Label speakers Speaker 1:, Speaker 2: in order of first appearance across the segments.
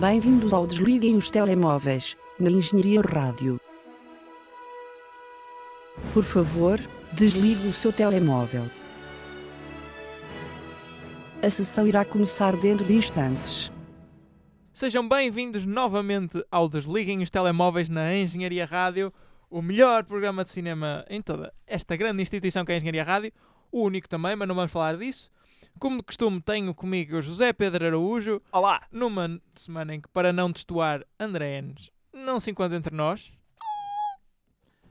Speaker 1: Bem-vindos ao Desliguem os Telemóveis, na Engenharia Rádio. Por favor, desligue o seu telemóvel. A sessão irá começar dentro de instantes.
Speaker 2: Sejam bem-vindos novamente ao Desliguem os Telemóveis na Engenharia Rádio, o melhor programa de cinema em toda esta grande instituição que é a Engenharia Rádio, o único também, mas não vamos falar disso. Como de costume, tenho comigo o José Pedro Araújo,
Speaker 3: Olá!
Speaker 2: numa semana em que, para não destoar, André Enes não se encontra entre nós.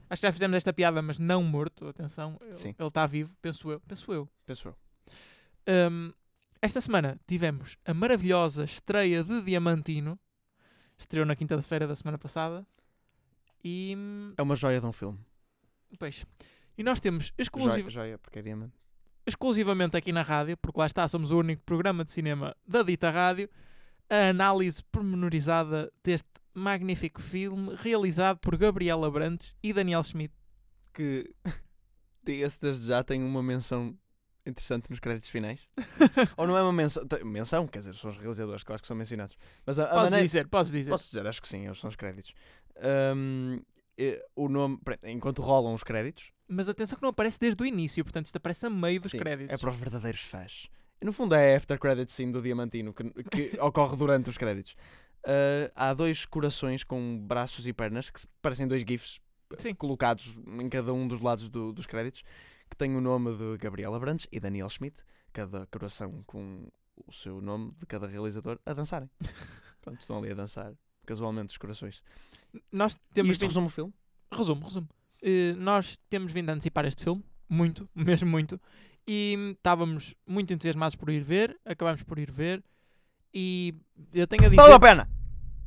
Speaker 2: Acho que já fizemos esta piada, mas não morto, atenção, ele-
Speaker 3: Sim.
Speaker 2: ele está vivo, penso eu, penso eu.
Speaker 3: Penso eu.
Speaker 2: Hum, esta semana tivemos a maravilhosa estreia de Diamantino. Estreou na quinta-feira da semana passada. E. hum,
Speaker 3: É uma joia de um filme.
Speaker 2: Pois. E nós temos exclusiva-
Speaker 3: Joia, joia, porque é diamante.
Speaker 2: exclusivamente aqui na rádio, porque lá está, somos o único programa de cinema da dita rádio, a análise pormenorizada deste magnífico filme realizado por Gabriela Brantes e Daniel Schmidt.
Speaker 3: Que, diga-se desde já, tem uma menção interessante nos créditos finais. Ou não é uma menção? tem- Menção, quer dizer, são os realizadores, claro que são mencionados. Mas a, a
Speaker 2: Posso
Speaker 3: maneira-
Speaker 2: dizer, posso dizer.
Speaker 3: Posso dizer, acho que sim, eles são os créditos. Ahm, eh, o nome, pre- enquanto rolam os créditos,
Speaker 2: Mas atenção que não aparece desde o início, portanto isto aparece a meio dos
Speaker 3: Sim,
Speaker 2: créditos.
Speaker 3: é para os verdadeiros fãs. E, No fundo é a after credit scene do Diamantino que, que ocorre durante os créditos. Ah, há dois corações com braços e pernas que se- parecem dois gifs eh,
Speaker 2: Sim.
Speaker 3: colocados em cada um dos lados do- dos créditos que tem o nome de Gabriela Brantes e Daniel Schmidt, cada coração com o seu nome de cada realizador a dançarem. Pronto, estão ali a dançar casualmente os corações.
Speaker 2: Nós
Speaker 3: E
Speaker 2: temos
Speaker 3: isto
Speaker 2: vindo-
Speaker 3: resume o filme?
Speaker 2: Resumo, resumo. Eh, nós temos vindo a antecipar este filme, muito, mesmo muito, e hum, estávamos muito entusiasmados por ir ver, acabámos por ir ver, e eu tenho a dizer,
Speaker 3: Vale a pena!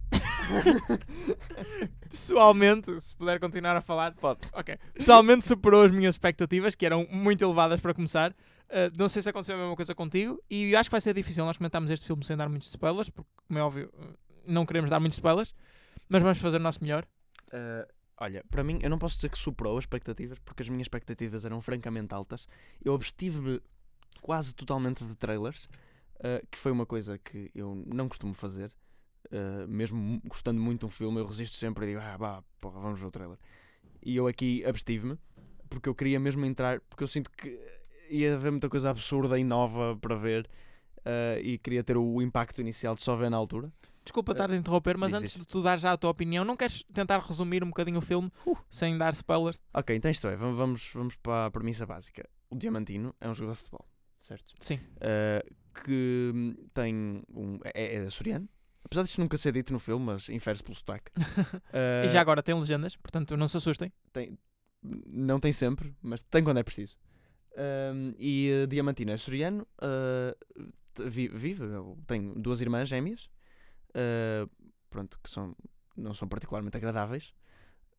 Speaker 2: pessoalmente, se puder continuar a falar,
Speaker 3: Pode.
Speaker 2: ok, pessoalmente superou as minhas expectativas, que eram muito elevadas para começar, Eh, não sei se aconteceu a mesma coisa contigo, e eu acho que vai ser difícil nós comentarmos este filme sem dar muitos spoilers, porque, como é óbvio, eh, não queremos dar muitos spoilers, mas vamos fazer o nosso melhor.
Speaker 3: Ah, olha, para mim, eu não posso dizer que superou as expectativas, porque as minhas expectativas eram francamente altas. Eu abstive-me quase totalmente de trailers, ah, que foi uma coisa que eu não costumo fazer. Ah, mesmo mu- gostando muito de um filme, eu resisto sempre e digo, ah, vá, porra, vamos ver o trailer. E eu aqui abstive-me, porque eu queria mesmo entrar, porque eu sinto que ia haver muita coisa absurda e nova para ver. ah, e queria ter o impacto inicial de só ver na altura.
Speaker 2: Desculpa
Speaker 3: Eh,
Speaker 2: estar a interromper, mas
Speaker 3: diz,
Speaker 2: antes
Speaker 3: diz.
Speaker 2: de tu dar já a tua opinião, não queres tentar resumir um bocadinho o filme
Speaker 3: Uh.
Speaker 2: sem dar spoilers?
Speaker 3: Ok, então isto é, vam- vamos, vamos para a premissa básica. O Diamantino é um jogador de futebol, certo?
Speaker 2: Sim.
Speaker 3: Eh, que hum, tem um. É, é açoriano. Apesar disto nunca ser dito no filme, mas infere-se pelo sotaque. Eh,
Speaker 2: E já agora tem legendas, portanto não se assustem.
Speaker 3: tem- não tem sempre, mas tem quando é preciso. Ahm, e eh, Diamantino é açoriano, ah, te- vi- vive, ou tem duas irmãs gêmeas, ah, pronto, que são, não são particularmente agradáveis.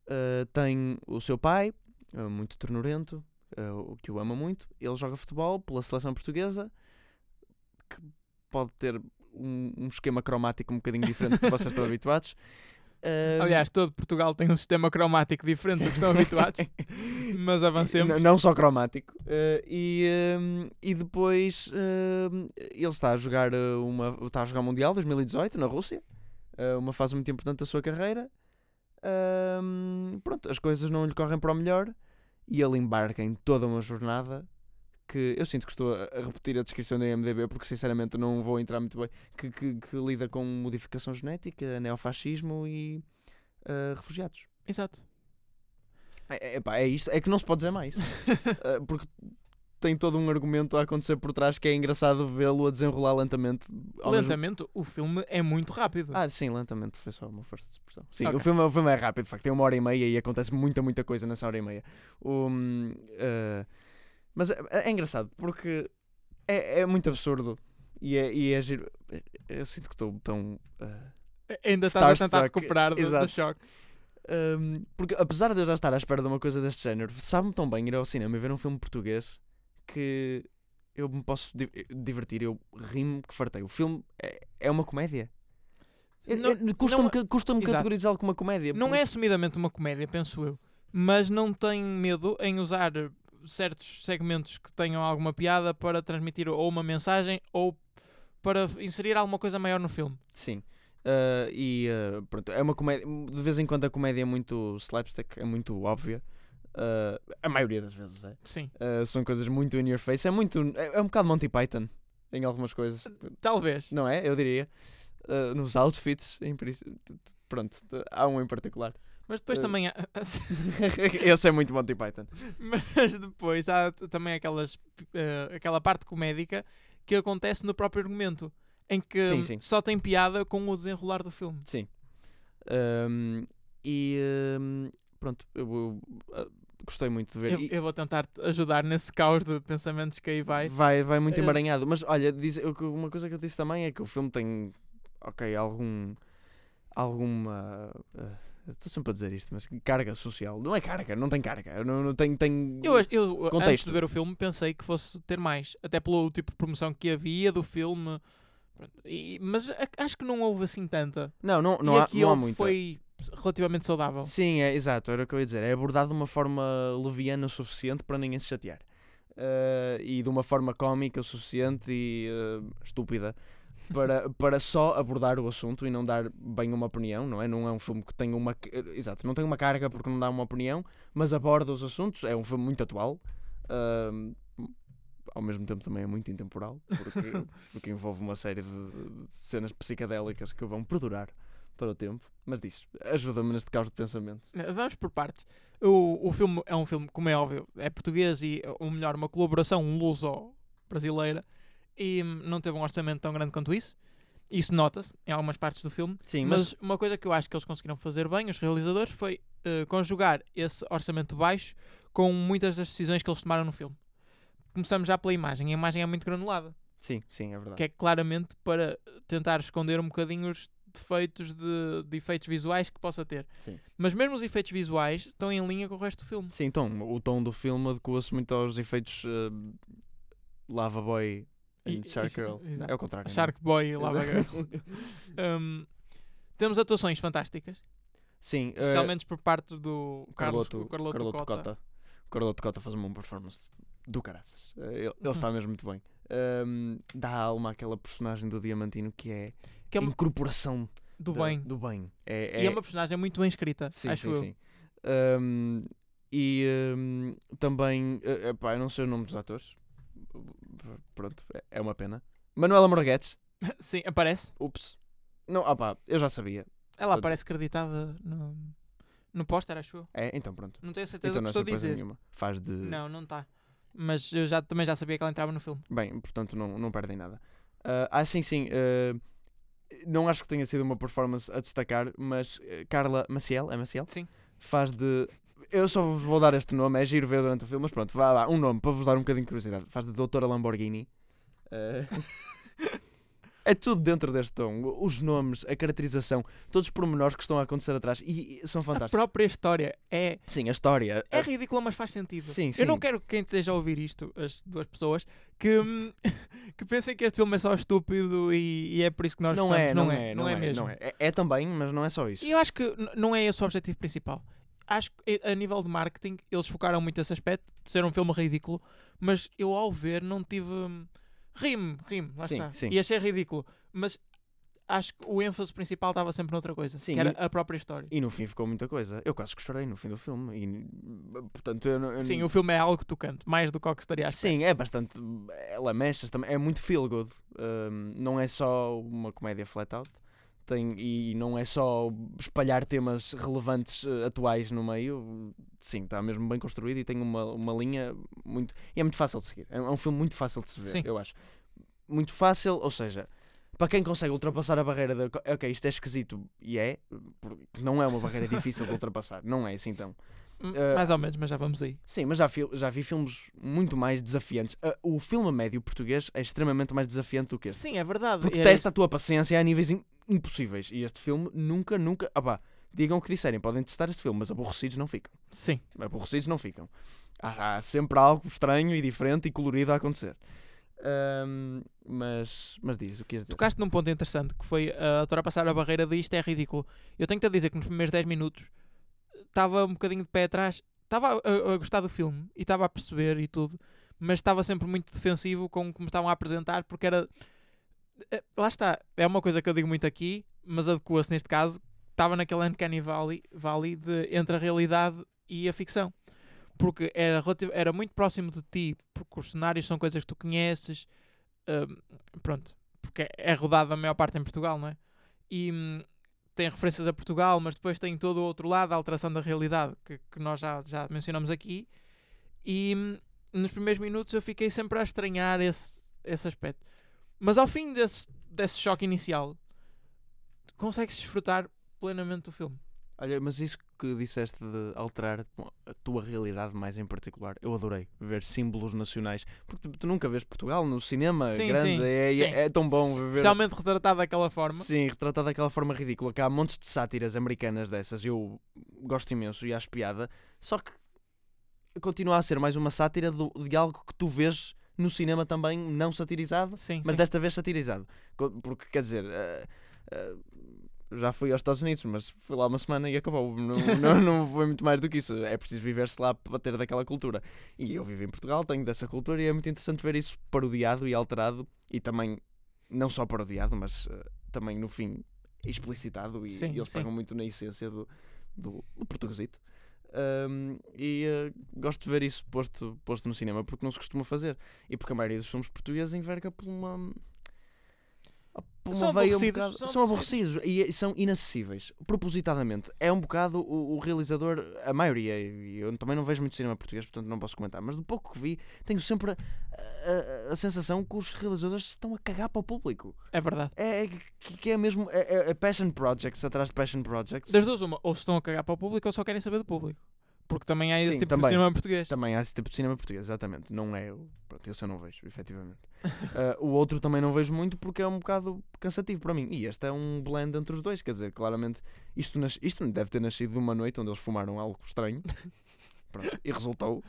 Speaker 3: Ah, tem o seu pai, ah, muito ternurento, ah, o que o ama muito. Ele joga futebol pela seleção portuguesa, que pode ter um, um esquema cromático um bocadinho diferente do que vocês estão habituados. Ahm,
Speaker 2: Aliás, todo Portugal tem um sistema cromático diferente do que estão habituados, mas avancemos.
Speaker 3: N- Não só cromático. Eh, e, ehm, e depois ehm, ele está a jogar eh, uma. Está a jogar o Mundial 2018 na Rússia. Eh, uma fase muito importante da sua carreira. Ahm, pronto, as coisas não lhe correm para o melhor. E ele embarca em toda uma jornada que eu sinto que estou a a repetir a descrição da IMDB porque sinceramente não vou entrar muito bem. Que, que- que lida com modificação genética, neofascismo e eh, refugiados.
Speaker 2: Exato.
Speaker 3: É, é, pá, é isto, é que não se pode dizer mais. Uh, porque tem todo um argumento a acontecer por trás que é engraçado vê-lo a desenrolar lentamente. ao mesmo-
Speaker 2: Lentamente, o filme é muito rápido.
Speaker 3: Ah, sim, lentamente, foi só uma força de expressão. Sim,
Speaker 2: Ok.
Speaker 3: o, filme, o filme é rápido, de facto, tem uma hora e meia e acontece muita, muita coisa nessa hora e meia. Um, uh, mas é, é engraçado, porque é, é muito absurdo. E é, e é giro. Eu sinto que estou tão. uh,
Speaker 2: Ainda estás a tentar
Speaker 3: Starstruck,
Speaker 2: recuperar do, do
Speaker 3: exato.
Speaker 2: choque.
Speaker 3: Um, porque apesar de eu já estar à espera de uma coisa deste género, sabe-me tão bem ir ao cinema e ver um filme português que eu me posso di- eh, divertir, eu rimo que fartei. O filme é, é uma comédia. Eu-
Speaker 2: Não-
Speaker 3: eu- Custa-me
Speaker 2: não-
Speaker 3: ca- custa-me
Speaker 2: Exato.
Speaker 3: categorizá-lo como uma comédia.
Speaker 2: Não
Speaker 3: porque-
Speaker 2: é assumidamente uma comédia, penso eu, mas não tenho medo em usar eh, certos segmentos que tenham alguma piada para transmitir ou uma mensagem ou para inserir alguma coisa maior no filme.
Speaker 3: Sim. Ah, e ah, pronto, é uma comédia. De vez em quando a comédia é muito slapstick, é muito óbvia. Ah, a maioria das vezes é.
Speaker 2: Sim.
Speaker 3: Ah, são coisas muito in your face. É muito. É, é um bocado Monty Python em algumas coisas.
Speaker 2: Talvez.
Speaker 3: Não é? Eu diria. Ah, nos outfits, em princ- Pronto, há um em particular.
Speaker 2: Mas depois
Speaker 3: Eh,
Speaker 2: também há...
Speaker 3: Esse é muito Monty Python.
Speaker 2: Mas depois há t- também aquelas, eh, aquela parte comédica que acontece no próprio argumento. Em que
Speaker 3: Sim, sim.
Speaker 2: só tem piada com o desenrolar do filme.
Speaker 3: Sim. Ahm, e ahm, pronto, eu, eu, ah, gostei muito de ver.
Speaker 2: Eu,
Speaker 3: E
Speaker 2: eu vou tentar te ajudar nesse caos de pensamentos que aí vai.
Speaker 3: vai, vai muito
Speaker 2: Eh,
Speaker 3: emaranhado. Mas olha, diz, eu- que uma coisa que eu disse também é que o filme tem, ok, algum. Alguma. ah, eu Estou sempre a dizer isto, mas carga social. Não é carga, não tem carga. eu Não, não tem, tem...
Speaker 2: Eu, eu antes de
Speaker 3: Contexto.
Speaker 2: ver o filme pensei que fosse ter mais, até pelo tipo de promoção que havia do filme. Pronto, e- mas a- acho que não houve assim tanta.
Speaker 3: Não, não, não
Speaker 2: e
Speaker 3: há,
Speaker 2: aqui
Speaker 3: não há
Speaker 2: é houve
Speaker 3: muito.
Speaker 2: foi relativamente saudável.
Speaker 3: Sim, é exato, era o que eu ia dizer. É abordado de uma forma leviana o suficiente para ninguém se chatear. Eh, e de uma forma cómica o suficiente e eh, estúpida para, para só abordar o assunto e não dar bem uma opinião, não é? Não é um filme que tem uma. eh, Exato, não tem uma carga porque não dá uma opinião, mas aborda os assuntos. É um filme muito atual. ehm, ao mesmo tempo também é muito intemporal, porque, porque envolve uma série de, de cenas psicadélicas que vão perdurar para o tempo. Mas diz, ajuda-me neste caos de pensamentos.
Speaker 2: Né, Vamos por partes. O, o filme é um filme, como é óbvio, é português e, ou melhor, uma colaboração luso-brasileira e hum, não teve um orçamento tão grande quanto isso. Isso nota-se em algumas partes do filme.
Speaker 3: Sim,
Speaker 2: Mas uma coisa que eu acho que eles conseguiram fazer bem, os realizadores, foi eh, conjugar esse orçamento baixo com muitas das decisões que eles tomaram no filme. Começamos já pela imagem. A imagem é muito granulada,
Speaker 3: Sim, sim, é verdade.
Speaker 2: que é claramente para tentar esconder um bocadinho os defeitos de, de efeitos visuais que possa ter.
Speaker 3: Sim.
Speaker 2: Mas mesmo os efeitos visuais estão em linha com o resto do filme.
Speaker 3: Sim, então, o tom do filme adequa-se muito aos efeitos eh, Lava Boy
Speaker 2: E-
Speaker 3: and Shark
Speaker 2: isso-
Speaker 3: Girl.
Speaker 2: exato.
Speaker 3: É o contrário. não é?
Speaker 2: Shark Boy e Lava Girl. Hum, temos atuações fantásticas,
Speaker 3: Sim, eh,
Speaker 2: especialmente por parte do Carlos,
Speaker 3: Carlotto,
Speaker 2: o Carlotto
Speaker 3: Carlotto
Speaker 2: Cota.
Speaker 3: Cota. O Carlotto Cota faz uma performance do caraças. Eh, Ele, ele
Speaker 2: Uhum.
Speaker 3: está mesmo muito bem. Ehm, dá alma àquela personagem do Diamantino que é,
Speaker 2: Que é
Speaker 3: a
Speaker 2: uma-
Speaker 3: incorporação
Speaker 2: do
Speaker 3: da-
Speaker 2: bem.
Speaker 3: Do bem. É,
Speaker 2: E
Speaker 3: é-
Speaker 2: é uma personagem muito bem escrita,
Speaker 3: Sim,
Speaker 2: acho
Speaker 3: sim,
Speaker 2: eu.
Speaker 3: sim. Ahm, e ahm, também, eh, epá, eu não sei o nome dos atores. Pr- Pronto, é- é uma pena. Manuela Morguetes,
Speaker 2: Sim, aparece.
Speaker 3: ups. Não, ah pá, eu já sabia.
Speaker 2: Ela
Speaker 3: Portanto-
Speaker 2: aparece creditada no, no póster, acho eu.
Speaker 3: É, então pronto.
Speaker 2: Não tenho certeza
Speaker 3: Então
Speaker 2: do
Speaker 3: não
Speaker 2: que estou
Speaker 3: é
Speaker 2: a
Speaker 3: surpresa
Speaker 2: dizer.
Speaker 3: nenhuma. Faz de.
Speaker 2: Não, não está. Mas eu já, também já sabia que ela entrava no filme.
Speaker 3: Bem, portanto não, não perdem nada. Ah, ah, sim, sim. ah, não acho que tenha sido uma performance a destacar, mas eh, Carla Maciel, é Maciel?
Speaker 2: Sim.
Speaker 3: Faz de. Eu só vos vou dar este nome, é giro ver durante o filme, mas pronto, vá lá, um nome para vos dar um bocadinho de curiosidade. Faz de Doutora Lamborghini. Ah, é tudo dentro deste tom. Os nomes, a caracterização, todos os pormenores que estão a acontecer atrás e, e são
Speaker 2: A
Speaker 3: fantásticos.
Speaker 2: própria história é,
Speaker 3: Sim, a história.
Speaker 2: é
Speaker 3: a-
Speaker 2: ridícula, mas faz sentido.
Speaker 3: Sim,
Speaker 2: Eu não
Speaker 3: sim.
Speaker 2: quero que quem esteja a ouvir isto, as duas pessoas, que, hum, que pensem que este filme é só estúpido e, e é por isso que nós
Speaker 3: não,
Speaker 2: gostamos.
Speaker 3: é, não, é, não, é,
Speaker 2: mesmo.
Speaker 3: não é. É- é também, mas não é só isso.
Speaker 2: E eu acho que n- não é esse o objetivo principal. Acho que a a nível de marketing eles focaram muito esse aspecto de ser um filme ridículo, mas eu ao ver não tive. hum, Rime, rime, lá
Speaker 3: Sim,
Speaker 2: está.
Speaker 3: sim.
Speaker 2: E achei ridículo. Mas acho que o ênfase principal estava sempre noutra coisa,
Speaker 3: Sim,
Speaker 2: que era
Speaker 3: e-
Speaker 2: a própria história.
Speaker 3: E no fim ficou muita coisa. Eu quase que chorei no fim do filme. E, portanto, eu, não- eu
Speaker 2: Sim,
Speaker 3: não-
Speaker 2: o filme é algo tocante, mais do que o que estaria a esperar.
Speaker 3: Sim, é bastante. Ela mexe também. É muito feel good. Hum, não é só uma comédia flat out. Tem, e não é só espalhar temas relevantes eh, atuais no meio. Sim, está mesmo bem construído e tem uma, uma linha muito. E é muito fácil de seguir. É, um filme muito fácil de se ver,
Speaker 2: Sim.
Speaker 3: eu acho. Muito fácil, ou seja, para quem consegue ultrapassar a barreira da. co- Ok, isto é esquisito. E é, porque não é uma barreira difícil de ultrapassar. Não é assim então.
Speaker 2: Hum,
Speaker 3: eh,
Speaker 2: Mais ou menos, mas já vamos aí.
Speaker 3: Sim, mas já, fi- já vi filmes muito mais desafiantes. Ah, o filme médio português é extremamente mais desafiante do que este.
Speaker 2: Sim, é verdade.
Speaker 3: Porque
Speaker 2: era
Speaker 3: testa a tua paciência a níveis im- impossíveis. E este filme nunca, nunca. Ah, pá, digam o que disserem, podem testar este filme, mas aborrecidos não ficam.
Speaker 2: isso. Sim.
Speaker 3: Aborrecidos não ficam. Há, há sempre algo estranho e diferente e colorido a acontecer. Ahm, mas, mas diz o que és dizer.
Speaker 2: Tocaste num ponto interessante que foi ah, a ultrapassar a barreira de isto é ridículo. Eu tenho-te a dizer que nos primeiros 10 minutos estava um bocadinho de pé atrás, estava a- a, a gostar do filme e estava a perceber e tudo, mas estava sempre muito defensivo com como estavam a apresentar porque era. eh, Lá está, é uma coisa que eu digo muito aqui, mas adequa-se neste caso, estava naquele uncanny valley, valley de, entre a realidade e a ficção. Porque era, relati- era muito próximo de ti, porque os cenários são coisas que tu conheces, hum, pronto, porque é rodada a maior parte em Portugal, não é? E hum, tem referências a Portugal, mas depois tem todo o outro lado, a alteração da realidade, que, que nós já, já mencionamos aqui. E hum, nos primeiros minutos eu fiquei sempre a estranhar esse, esse aspecto. Mas ao fim desse, desse choque inicial, consegues desfrutar plenamente do filme.
Speaker 3: Olha, mas isso que disseste de alterar bom, a tua realidade mais em particular, eu adorei ver símbolos nacionais, porque tu, tu nunca vês Portugal no cinema
Speaker 2: Sim,
Speaker 3: grande,
Speaker 2: sim,
Speaker 3: é, é-
Speaker 2: sim.
Speaker 3: é tão bom ver.
Speaker 2: Especialmente retratado daquela forma.
Speaker 3: Sim, retratado daquela forma ridícula, que há montes de sátiras americanas dessas, eu gosto imenso e acho piada, só que continua a ser mais uma sátira do- de algo que tu vês no cinema também, não satirizado,
Speaker 2: Sim, é
Speaker 3: mas
Speaker 2: sim.
Speaker 3: desta vez satirizado. Co- Porque, quer dizer, eh, eh, já fui aos Estados Unidos, mas fui lá uma semana e acabou. Não, não, não foi muito mais do que isso. É preciso viver-se lá para ter daquela cultura. E eu vivo em Portugal, tenho dessa cultura e é muito interessante ver isso parodiado e alterado e também, não só parodiado, mas eh, também no fim explicitado e,
Speaker 2: Sim,
Speaker 3: e eles
Speaker 2: sim.
Speaker 3: pegam muito na essência do, do, do portuguesito. Ahm, e eh, gosto de ver isso posto, posto no cinema porque não se costuma fazer e porque a maioria dos filmes portugueses enverga por uma. Por
Speaker 2: São
Speaker 3: uma veia um
Speaker 2: aborrecidos,
Speaker 3: bocado-
Speaker 2: são
Speaker 3: são aborrecidos e e são inacessíveis, propositadamente. É um bocado o, o realizador, a maioria, e eu também não vejo muito cinema português, portanto não posso comentar, mas do pouco que vi, tenho sempre a, a- a sensação que os realizadores estão a cagar para o público.
Speaker 2: É verdade.
Speaker 3: É, é que, que é mesmo. É, é- é passion projects atrás de passion projects.
Speaker 2: Das duas, uma, ou se estão a cagar para o público ou só querem saber do público. Porque também há esse
Speaker 3: Sim,
Speaker 2: tipo
Speaker 3: também.
Speaker 2: de cinema em português.
Speaker 3: Também há esse tipo de cinema português, exatamente. Não é. o- Pronto, esse eu não vejo, efetivamente. Ah, o outro também não vejo muito porque é um bocado cansativo para mim. E este é um blend entre os dois, quer dizer, claramente isto, nas- isto deve ter nascido de uma noite onde eles fumaram algo estranho Pronto, e resultou.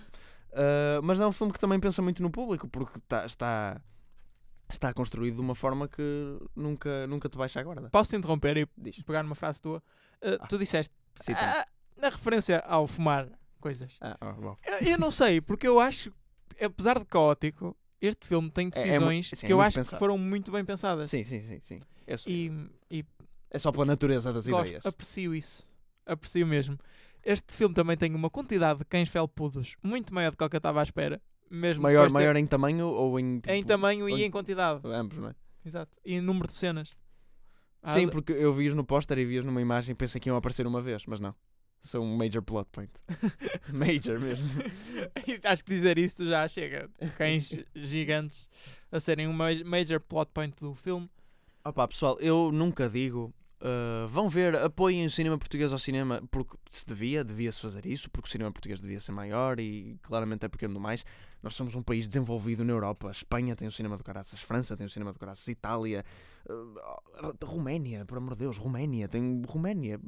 Speaker 3: Ah, mas é um filme que também pensa muito no público porque tá- está, está construído de uma forma que nunca, nunca te baixa a guarda.
Speaker 2: Posso te interromper e
Speaker 3: Diz.
Speaker 2: tipo, pegar numa frase tua? Uh,
Speaker 3: Ah.
Speaker 2: Tu disseste,
Speaker 3: Cita.
Speaker 2: "Ah, na referência ao fumar coisas.
Speaker 3: Ah, ah, bom.
Speaker 2: Eu, eu não sei, porque eu acho, apesar de caótico, este filme tem
Speaker 3: É- é mu-
Speaker 2: decisões
Speaker 3: sim, é
Speaker 2: que eu
Speaker 3: muito
Speaker 2: acho
Speaker 3: pensado.
Speaker 2: que foram muito bem pensadas.
Speaker 3: Sim, sim, sim. sim. É, só,
Speaker 2: E, e
Speaker 3: é só pela natureza das
Speaker 2: gosto,
Speaker 3: ideias.
Speaker 2: aprecio isso. Aprecio mesmo. Este filme também tem uma quantidade de cães felpudos muito maior do que, o que eu estava à espera. Mesmo
Speaker 3: Maior,
Speaker 2: depois de-
Speaker 3: maior em tamanho ou em. Tipo,
Speaker 2: em tamanho
Speaker 3: ou
Speaker 2: e
Speaker 3: em-
Speaker 2: em quantidade.
Speaker 3: Ambos, não é?
Speaker 2: Exato. E em número de cenas. Ah, Há-
Speaker 3: Sim, porque eu vi-os no póster e vi-os numa imagem e pensei que iam aparecer uma vez, mas não. São um major plot point. major mesmo.
Speaker 2: Acho que dizer isto já chega. Cães gigantes a serem um ma- major plot point do filme.
Speaker 3: Opa, pessoal, eu nunca digo. ah, vão ver, apoiem o cinema português ao cinema, porque se devia, devia-se fazer isso, porque o cinema português devia ser maior e claramente é pequeno demais. Nós somos um país desenvolvido na Europa. A Espanha tem o cinema do caraças, França tem o cinema do caraças, Itália, ah, Roménia, por amor de Deus, Roménia, tem Roménia.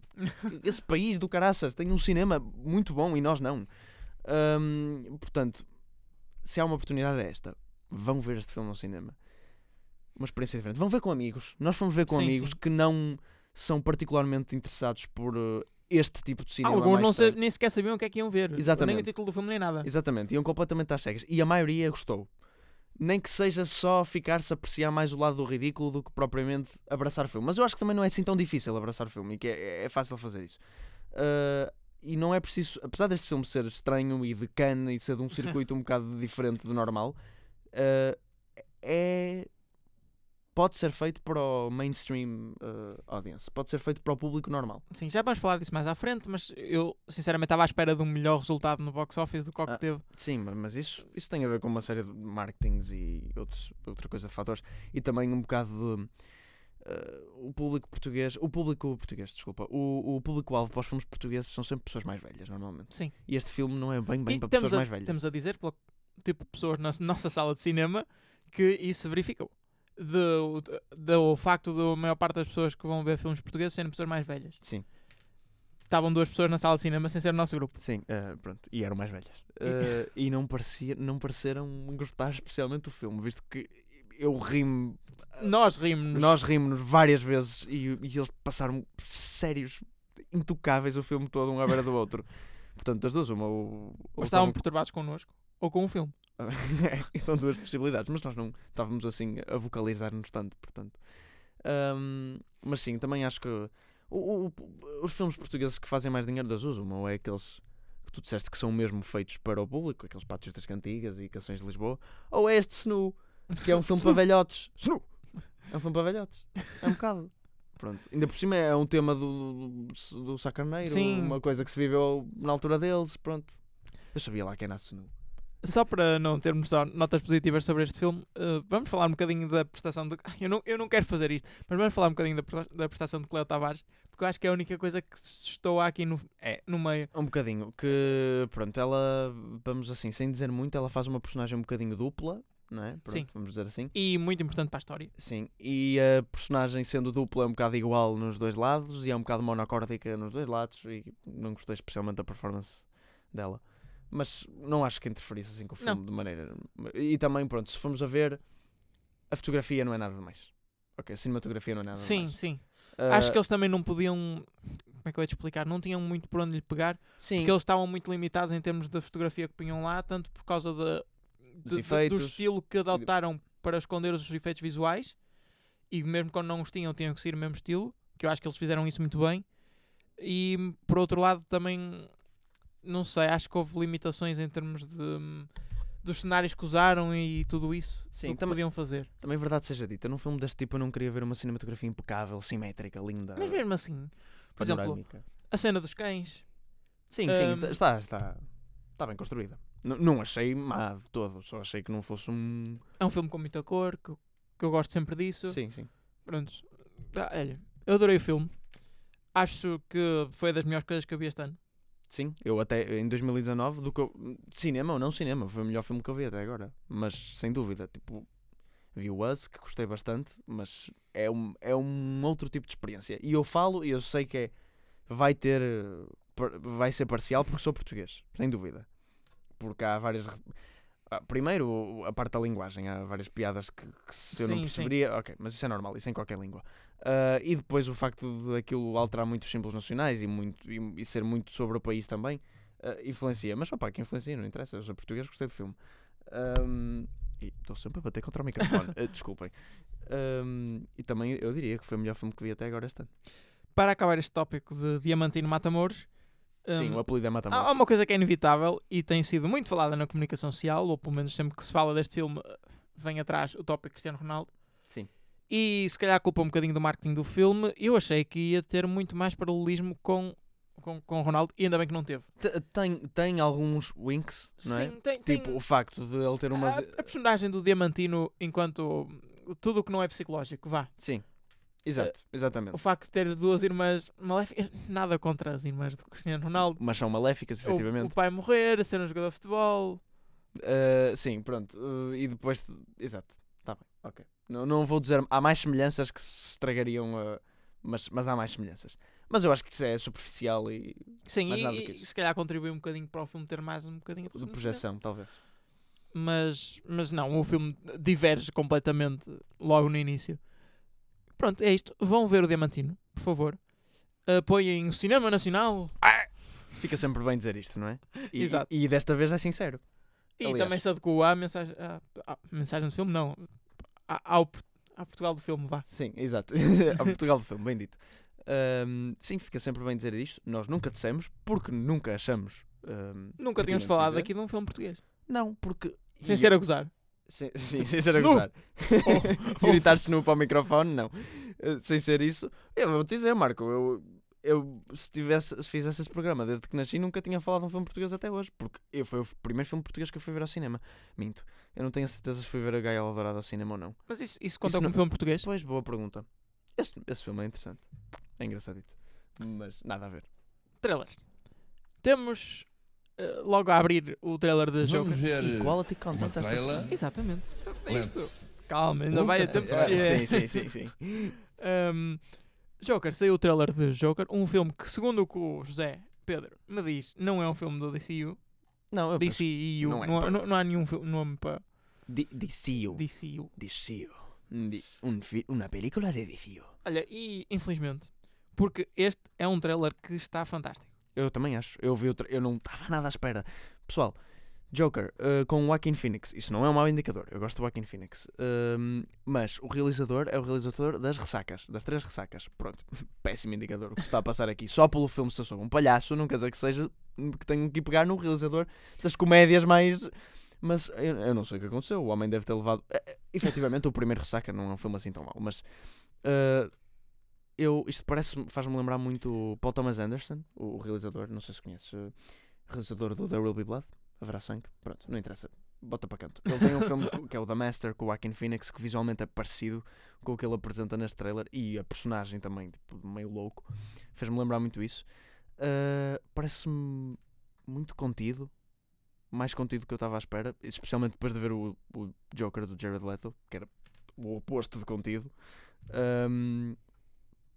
Speaker 3: Esse país do caraças tem um cinema muito bom e nós não. Ahm, portanto, se há uma oportunidade é esta, vão ver este filme no cinema. Uma experiência diferente. Vão ver com amigos. Nós fomos ver com
Speaker 2: Sim,
Speaker 3: amigos
Speaker 2: sim.
Speaker 3: que não são particularmente interessados por eh, este tipo de cinema.
Speaker 2: Alguns
Speaker 3: mais
Speaker 2: não sa-
Speaker 3: estranho.
Speaker 2: nem sequer sabiam o que é que iam ver. Nem
Speaker 3: Exatamente.
Speaker 2: o título do filme, nem nada.
Speaker 3: Exatamente, iam completamente às cegas. E a maioria gostou. Nem que seja só ficar-se a apreciar mais o lado do ridículo do que propriamente abraçar o filme. Mas eu acho que também não é assim tão difícil abraçar o filme e que é, é fácil fazer isso. Ah, e não é preciso, apesar deste filme ser estranho e de cana e ser de um circuito um bocado diferente do normal, ah, é. Pode ser feito para o mainstream ah, audience, pode ser feito para o público normal.
Speaker 2: Sim, já vamos falar disso mais à frente, mas eu sinceramente estava à espera de um melhor resultado no box office do que o que
Speaker 3: Ah.
Speaker 2: teve.
Speaker 3: Sim, ma- mas isso, isso tem a ver com uma série de marketings e outros, outra coisa de fatores. E também um bocado de. eh, o público português. O público português, desculpa. O, o público-alvo para os filmes portugueses são sempre pessoas mais velhas, normalmente.
Speaker 2: Sim.
Speaker 3: E este filme não é bem, bem
Speaker 2: e
Speaker 3: para
Speaker 2: estamos
Speaker 3: pessoas
Speaker 2: a,
Speaker 3: mais velhas.
Speaker 2: estamos a dizer, pelo tipo de pessoas na nossa sala de cinema, que isso verificou. Do, do facto da maior parte das pessoas que vão ver filmes portugueses serem pessoas mais velhas.
Speaker 3: Sim,
Speaker 2: Estavam duas pessoas na sala de cinema sem ser o nosso grupo.
Speaker 3: sim, eh, pronto. E eram mais velhas. Eh, e não, parecia, não pareceram gostar especialmente do filme, visto que eu ri-me
Speaker 2: Nós rimos.
Speaker 3: Nós rimos várias vezes e, e eles passaram sérios, intocáveis o filme todo, um à beira do outro. Portanto, das duas, uma. Ou,
Speaker 2: ou estavam perturbados connosco, ou com o filme.
Speaker 3: É, São duas possibilidades, mas nós não estávamos assim a vocalizar-nos tanto, portanto. Ahm, mas sim, também acho que o- o- o- os filmes portugueses que fazem mais dinheiro das usam, ou é aqueles que tu disseste que são mesmo feitos para o público, aqueles Pátios das Cantigas e Canções de Lisboa, ou é este Snu, que é um filme para velhotes. Snu! É um filme para velhotes. É um bocado. Pronto. Ainda por cima é um tema do, do, do Sacarneiro,
Speaker 2: Sim.
Speaker 3: uma coisa que se viveu na altura deles, pronto. Eu sabia lá que era Snu.
Speaker 2: Só para não termos só notas positivas sobre este filme, eh, vamos falar um bocadinho da prestação de. Ai, Eu não, eu não quero fazer isto, mas vamos falar um bocadinho da, presta- da prestação de Cleo Tavares, porque eu acho que é a única coisa que estou aqui no, é, no meio.
Speaker 3: Um bocadinho, que pronto, ela, vamos assim, sem dizer muito, ela faz uma personagem um bocadinho dupla, não é? Pronto,
Speaker 2: Sim.
Speaker 3: Vamos dizer assim.
Speaker 2: E muito importante para a história.
Speaker 3: Sim, e a personagem sendo dupla é um bocado igual nos dois lados e é um bocado monocórdica nos dois lados e não gostei especialmente da performance dela. Mas não acho que interferisse assim com o filme de maneira. E também, pronto, se formos a ver, a fotografia não é nada demais. Ok, a cinematografia não é nada
Speaker 2: sim,
Speaker 3: demais.
Speaker 2: sim.
Speaker 3: Ah,
Speaker 2: Acho que eles também não podiam. Como é que eu ia te explicar? Não tinham muito por onde lhe pegar,
Speaker 3: sim,
Speaker 2: porque eles estavam muito limitados em termos da fotografia que punham lá, tanto por causa da- de- de- do
Speaker 3: efeitos.
Speaker 2: estilo que adotaram para esconder os efeitos visuais, e mesmo quando não os tinham, tinham que seguir o mesmo estilo, que eu acho que eles fizeram isso muito bem. E por outro lado, também, não sei, acho que houve limitações em termos de. Dos cenários que usaram e tudo isso
Speaker 3: Sim,
Speaker 2: do que
Speaker 3: também-
Speaker 2: podiam fazer.
Speaker 3: também verdade seja dita, num filme deste tipo eu não queria ver uma cinematografia impecável, simétrica, linda,
Speaker 2: Mas mesmo assim, por exemplo, hum,
Speaker 3: panorâmica.
Speaker 2: a cena dos cães,
Speaker 3: Sim,
Speaker 2: Ahm.
Speaker 3: sim, está, está, está bem construída. N- não achei má de todo, só achei que não fosse um.
Speaker 2: É um filme com muita cor, que, que eu gosto sempre disso.
Speaker 3: Sim, sim.
Speaker 2: Pronto. Ah, olha, eu adorei o filme. Acho que foi das melhores coisas que eu vi este ano.
Speaker 3: Sim, eu até em 2019, do que eu, de cinema ou não cinema, foi o melhor filme que eu vi até agora. Mas sem dúvida, tipo, vi o Us, que gostei bastante, mas é um, é um outro tipo de experiência. E eu falo, e eu sei que é, vai ter, eh, par- vai ser parcial porque sou português, sem dúvida. Porque há várias. re- ah, Primeiro, o- a parte da linguagem. Há várias piadas que, que se eu não
Speaker 2: Sim, sim.
Speaker 3: perceberia. Ok, mas isso é normal, isso em qualquer língua. Ah, e depois o facto de aquilo alterar muito os símbolos nacionais e, muito, e, e ser muito sobre o país também ah, influencia. Mas opá, que influencia, não interessa. Eu sou português, gostei do filme. Ahm, e Estou sempre a bater contra o microfone, ah, desculpem. Ahm, e também eu diria que foi o melhor filme que vi até agora este ano.
Speaker 2: Para acabar este tópico de Diamantino Matamoros,
Speaker 3: Sim,
Speaker 2: hum,
Speaker 3: o apelido é Mata
Speaker 2: há há uma coisa que é inevitável e tem sido muito falada na comunicação social, ou pelo menos sempre que se fala deste filme, eh, vem atrás o tópico Cristiano Ronaldo.
Speaker 3: Sim.
Speaker 2: E se calhar culpa um bocadinho do marketing do filme. Eu achei que ia ter muito mais paralelismo com, com, com o Ronaldo e ainda bem que não teve.
Speaker 3: oh, T- Tem, tem alguns winks, não é?
Speaker 2: Sim, tem,
Speaker 3: Tipo,
Speaker 2: tem- Ah,
Speaker 3: o facto de ele ter umas.
Speaker 2: A, a personagem do Diamantino, enquanto tudo o que não é psicológico, vá.
Speaker 3: Sim, exato,
Speaker 2: O
Speaker 3: exatamente.
Speaker 2: facto de ter duas irmãs maléficas, nada contra as irmãs do Cristiano Ronaldo.
Speaker 3: Mas são maléficas,
Speaker 2: O- O,
Speaker 3: efetivamente.
Speaker 2: pai morrer, ser um jogador de futebol.
Speaker 3: Ah, sim, pronto. Ah, e depois. Exato, está bem, ok. Não, não vou dizer. Há mais semelhanças que se estragariam, ah, mas, mas há mais semelhanças. Mas eu acho que isso é superficial e
Speaker 2: Sim,
Speaker 3: Mais
Speaker 2: e,
Speaker 3: nada que
Speaker 2: e
Speaker 3: isso.
Speaker 2: se calhar contribui um bocadinho para o filme ter mais um bocadinho
Speaker 3: de
Speaker 2: não sei.
Speaker 3: projeção, talvez.
Speaker 2: Mas, mas não, o filme diverge completamente logo no início. Pronto, é isto. Vão ver o Diamantino, por favor. Apoiem o cinema nacional
Speaker 3: Fica sempre bem dizer isto, não é? E,
Speaker 2: Exato.
Speaker 3: E, desta vez é sincero.
Speaker 2: e
Speaker 3: Aliás.
Speaker 2: também se adequa à mensagem, à, à mensagem do filme, não. À- ao, ao Portugal do filme, vá.
Speaker 3: Sim, exato. Ao Portugal do filme, bem dito. Ahm, sim, fica sempre bem dizer isto. Nós nunca dissemos, porque nunca achamos. ahm,
Speaker 2: Nunca tínhamos
Speaker 3: pertinente
Speaker 2: falado
Speaker 3: dizer.
Speaker 2: aqui de um filme português.
Speaker 3: Não, porque.
Speaker 2: Sem ser a gozar.
Speaker 3: Sim, sim, sem ser a
Speaker 2: Snoop!
Speaker 3: gozar. Gritar Snoop ao microfone, não. Eh, sem ser isso. Eu vou te dizer, Marco, eu, eu se, tivesse, se fizesse esse programa desde que nasci, nunca tinha falado de um filme português até hoje. Porque eu, foi o primeiro filme português que eu fui ver ao cinema. Minto. Eu não tenho a certeza se fui ver a Gaiola Dourada ao cinema ou não.
Speaker 2: Mas isso, isso conta
Speaker 3: Isso
Speaker 2: como
Speaker 3: não-
Speaker 2: filme português?
Speaker 3: Pois, boa pergunta. Esse, esse filme é interessante. É engraçadito. Mas nada a ver.
Speaker 2: Trailers. Temos eh, logo a abrir o trailer de
Speaker 4: Vamos
Speaker 2: Joker.
Speaker 4: ver
Speaker 3: Equality Content
Speaker 4: uma
Speaker 3: esta
Speaker 4: trela?
Speaker 3: semana.
Speaker 2: Exatamente. É
Speaker 4: Lentes.
Speaker 2: isto. Calma, ainda vai a tempo de
Speaker 4: Ah,
Speaker 2: chegar.
Speaker 3: é Sim, sim, sim, sim.
Speaker 2: Um, Joker, saiu o trailer de Joker, um filme que, segundo o que o José Pedro me diz, não é um filme do DCU.
Speaker 3: Não, eu penso-
Speaker 2: DCU, não,
Speaker 3: não é,
Speaker 2: há-
Speaker 3: pá.
Speaker 2: não- não há nenhum fi- nome para
Speaker 3: Di- Dicio.
Speaker 2: DCU.
Speaker 3: Dicio. Di- un fi- Uma película de Dicio.
Speaker 2: Olha, e infelizmente, porque este é um trailer que está fantástico.
Speaker 3: Eu também acho. Eu vi o tra- eu não estava nada à espera. Pessoal, Joker, eh, com Joaquin Phoenix. Isso não é um mau indicador. Eu gosto de Joaquin Phoenix. Ehm, mas o realizador é o realizador das ressacas, das três ressacas. Pronto, péssimo indicador o que se está a passar aqui. Só pelo filme se eu sou um palhaço, não quer dizer que seja que tenho que ir pegar no realizador das comédias mais. Mas eu, eu não sei o que aconteceu. O homem deve ter levado. eh, eh, efetivamente, o primeiro ressaca não é um filme assim tão mau, mas. eh, eu, isto parece faz-me lembrar muito Paul Thomas Anderson, o, o realizador, não sei se conheces, eh, realizador do There Will Be Blood. Haverá sangue? Pronto, não interessa. Bota para canto. Ele tem um filme co- que é o The Master com o Joaquin Phoenix que visualmente é parecido com o que ele apresenta neste trailer e a personagem também, tipo, meio louco. Fez-me lembrar muito isso. Ah, Parece-me muito contido. Mais contido do que eu estava à espera. Especialmente depois de ver o, o Joker do Jared Leto, que era o oposto de contido. Ahm,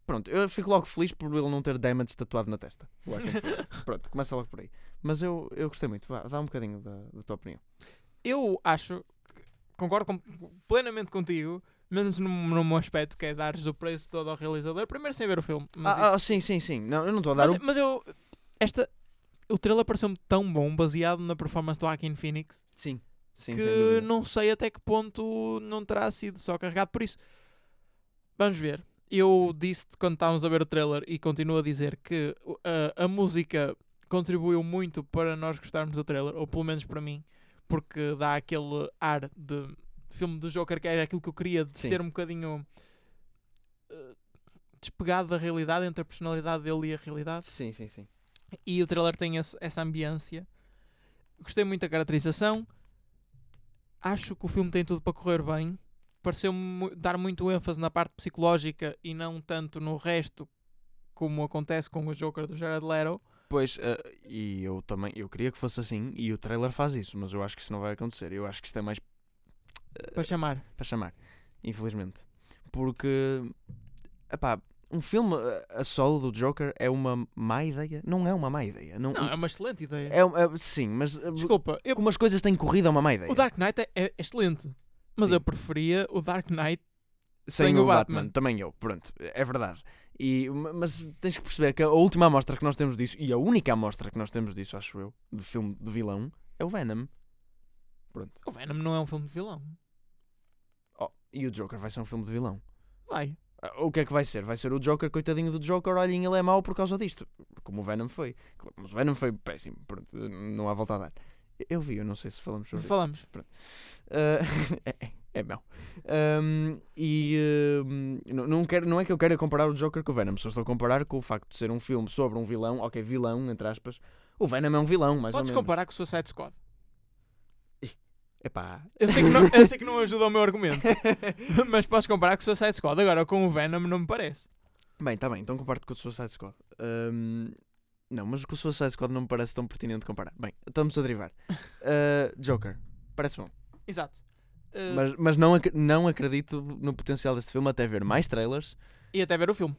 Speaker 3: pronto, eu fico logo feliz por ele não ter damage tatuado na testa. o Joaquin Phoenix. Pronto, começa logo por aí. Mas eu, eu gostei muito. Vá, dá um bocadinho da, da tua opinião.
Speaker 2: Eu acho, que- concordo com- plenamente contigo, menos num, num aspecto que é dares o preço todo ao realizador, primeiro sem ver o filme. Mas,
Speaker 3: Ah, ah,
Speaker 2: isso-
Speaker 3: sim, sim, sim. Não, eu não estou a dar um
Speaker 2: mas,
Speaker 3: o.
Speaker 2: mas eu, esta, o trailer pareceu-me tão bom, baseado na performance do Joaquin Phoenix,
Speaker 3: Sim, sim. sem
Speaker 2: que
Speaker 3: dúvida.
Speaker 2: não sei até que ponto não terá sido só carregado por isso. Vamos ver. Eu disse quando estávamos a ver o trailer e continuo a dizer que uh, a, a música contribuiu muito para nós gostarmos do trailer, ou pelo menos para mim, porque dá aquele ar de filme do Joker que era aquilo que eu queria de
Speaker 3: Sim.
Speaker 2: ser um bocadinho uh, despegado da realidade entre a personalidade dele e a realidade.
Speaker 3: Sim, sim, sim.
Speaker 2: E o trailer tem esse- essa ambiência. Gostei muito da caracterização. Acho que o filme tem tudo para correr bem. Pareceu-me mu- dar muito ênfase na parte psicológica e não tanto no resto, como acontece com o Joker do Jared Leto.
Speaker 3: Pois, ah, e eu também. Eu queria que fosse assim e o trailer faz isso, mas eu acho que isso não vai acontecer. Eu acho que isto é mais. ah,
Speaker 2: Para chamar.
Speaker 3: para chamar, infelizmente. Porque, epá, um filme ah, a solo do Joker é uma má ideia? Não é uma má ideia. Não,
Speaker 2: Não, é uma excelente ideia.
Speaker 3: é, um- é- sim, mas ah,
Speaker 2: Desculpa, eu-
Speaker 3: como as coisas têm corrido é uma má ideia.
Speaker 2: o Dark Knight é, é excelente. Mas
Speaker 3: Sim.
Speaker 2: eu preferia o Dark Knight.
Speaker 3: sem,
Speaker 2: Sem
Speaker 3: o
Speaker 2: o
Speaker 3: Batman.
Speaker 2: Batman.
Speaker 3: Também eu, pronto, é verdade. E, ma- mas tens que perceber que a última amostra que nós temos disso, e a única amostra que nós temos disso, acho eu, de filme de vilão, é o Venom. Pronto.
Speaker 2: O Venom não é um filme de vilão.
Speaker 3: Oh, e o Joker vai ser um filme de vilão.
Speaker 2: Vai.
Speaker 3: Ah, O que é que vai ser? Vai ser o Joker, coitadinho do Joker, olhem, ele é mau por causa disto. Como o Venom foi. Claro, Mas o Venom foi péssimo, pronto, não há volta a dar. Eu vi, eu não sei se falamos sobre
Speaker 2: Falamos.
Speaker 3: Ah, é, é mau. Ahm, e ahm, não, não quero, não é que eu queira comparar o Joker com o Venom, só estou a comparar com o facto de ser um filme sobre um vilão, ok, vilão, entre aspas. O Venom é um vilão, mas
Speaker 2: Podes
Speaker 3: ou menos.
Speaker 2: comparar com o Suicide Squad.
Speaker 3: Epá.
Speaker 2: Eu sei, que não, eu sei que não ajuda o meu argumento. Mas podes comparar com o Suicide Squad. Agora, com o Venom não me parece.
Speaker 3: Bem, está bem, então comparo com o Suicide Squad. Ahm, não, mas com o Suicide Squad não me parece tão pertinente comparar. Bem, estamos a derivar. Ah, Joker, parece bom.
Speaker 2: Exato. Uh,
Speaker 3: Mas, mas não, ac- não acredito no potencial deste filme até ver mais trailers.
Speaker 2: E até ver o filme.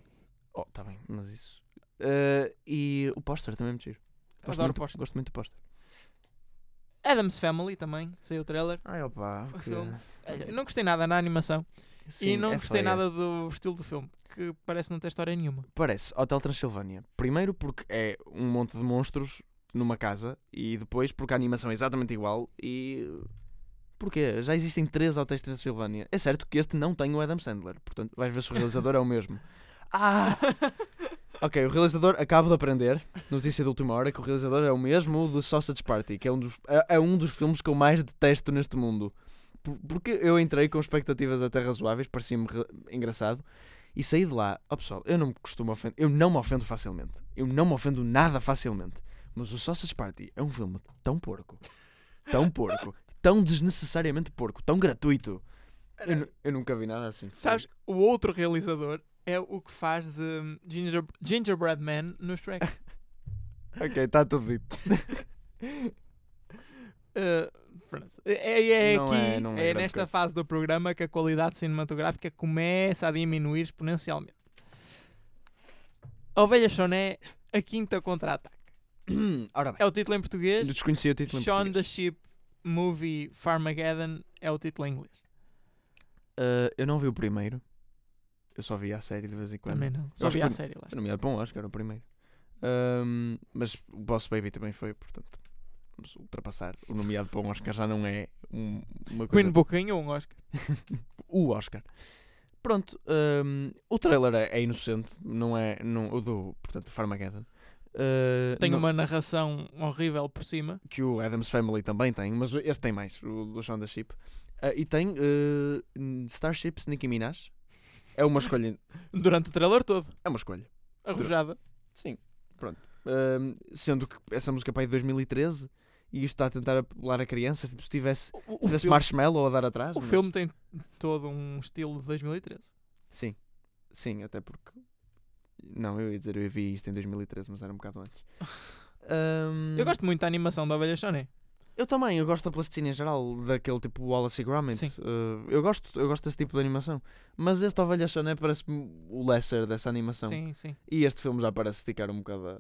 Speaker 3: Oh, tá bem, mas isso. Ah, e o póster também é muito giro. Gosto
Speaker 2: Adoro
Speaker 3: muito-
Speaker 2: o póster.
Speaker 3: Gosto muito do póster.
Speaker 2: Adam's Family também, saiu o trailer.
Speaker 3: Ai, opa,
Speaker 2: O filme. Eu não gostei nada na animação. e
Speaker 3: é
Speaker 2: não gostei nada do estilo do filme, que parece não ter história nenhuma.
Speaker 3: Parece Hotel Transilvânia. Primeiro porque é um monte de monstros numa casa e depois porque a animação é exatamente igual e. Porquê? Já existem três Hotéis Transilvânia. É certo que este não tem o Adam Sandler, portanto vais ver se o realizador é o mesmo. Ah! Ok, o realizador acabo de aprender, notícia de última hora, que o realizador é o mesmo do Sausage Party, que é um dos, é, é um dos filmes que eu mais detesto neste mundo. Por- Porque eu entrei com expectativas até razoáveis, parecia-me re- engraçado, e saí de lá, ó pessoal, eu não me costumo ofender, eu não me ofendo facilmente, eu não me ofendo nada facilmente, mas o Sausage Party é um filme tão porco, tão porco, tão desnecessariamente porco, tão gratuito. Eu, nu- eu nunca vi nada assim. foi-
Speaker 2: Sabes, o outro realizador é o que faz de Ginger, Gingerbread Man no Shrek.
Speaker 3: Ok, está tudo dito.
Speaker 2: Uh, pronto. é, é
Speaker 3: Não
Speaker 2: aqui,
Speaker 3: é- não é
Speaker 2: é,
Speaker 3: grande
Speaker 2: nesta
Speaker 3: coisa.
Speaker 2: fase do programa que a qualidade cinematográfica começa a diminuir exponencialmente. A Ovelha Choné, a quinta contra-ataque.
Speaker 3: Ora bem,
Speaker 2: É o título em português.
Speaker 3: desconhecia o título em
Speaker 2: Shaun
Speaker 3: português.
Speaker 2: the Sheep Movie Farmageddon é o título em inglês.
Speaker 3: Uh, eu não vi o primeiro. Eu só vi a série de vez em quando.
Speaker 2: Também não. Só
Speaker 3: acho
Speaker 2: vi
Speaker 3: que
Speaker 2: a
Speaker 3: foi-
Speaker 2: série lá.
Speaker 3: Foi nomeado para um Oscar, o primeiro. Um, mas o Boss Baby também foi, portanto. vamos ultrapassar. O nomeado para um Oscar já não é um- uma coisa
Speaker 2: Queen Book ganhou um Oscar.
Speaker 3: o Oscar. Pronto, hum, o trailer é, é inocente, não é não, o do, portanto, Farmageddon. Uh,
Speaker 2: Tem
Speaker 3: não-
Speaker 2: uma narração horrível por cima.
Speaker 3: que o Adams Family também tem, mas este tem mais, o do Shonda Ship. Ah, e tem uh, Starship Nicki Minaj. É uma escolha.
Speaker 2: Durante o trailer todo.
Speaker 3: É uma escolha.
Speaker 2: Arrojada.
Speaker 3: Sim. Pronto. Hum, sendo que essa música é de 2013 e isto está a tentar apelar a crianças, tipo, se tivesse,
Speaker 2: O- O,
Speaker 3: se
Speaker 2: o
Speaker 3: tivesse
Speaker 2: filme-
Speaker 3: marshmallow a dar atrás. é?
Speaker 2: o
Speaker 3: mas-
Speaker 2: filme tem todo um estilo de 2013.
Speaker 3: Sim, sim, até porque. Não, eu ia dizer, eu vi isto em 2013, mas era um bocado antes. Ahm,
Speaker 2: Eu gosto muito da animação da Ovelha Shonen.
Speaker 3: Eu também, eu gosto da plasticina em geral, daquele tipo Wallace e Gromit.
Speaker 2: Sim.
Speaker 3: Ah, eu, gosto, eu gosto desse tipo de animação. Mas este Ovelha Choné parece-me o lesser dessa animação.
Speaker 2: Sim, sim.
Speaker 3: E este filme já parece esticar um bocado a.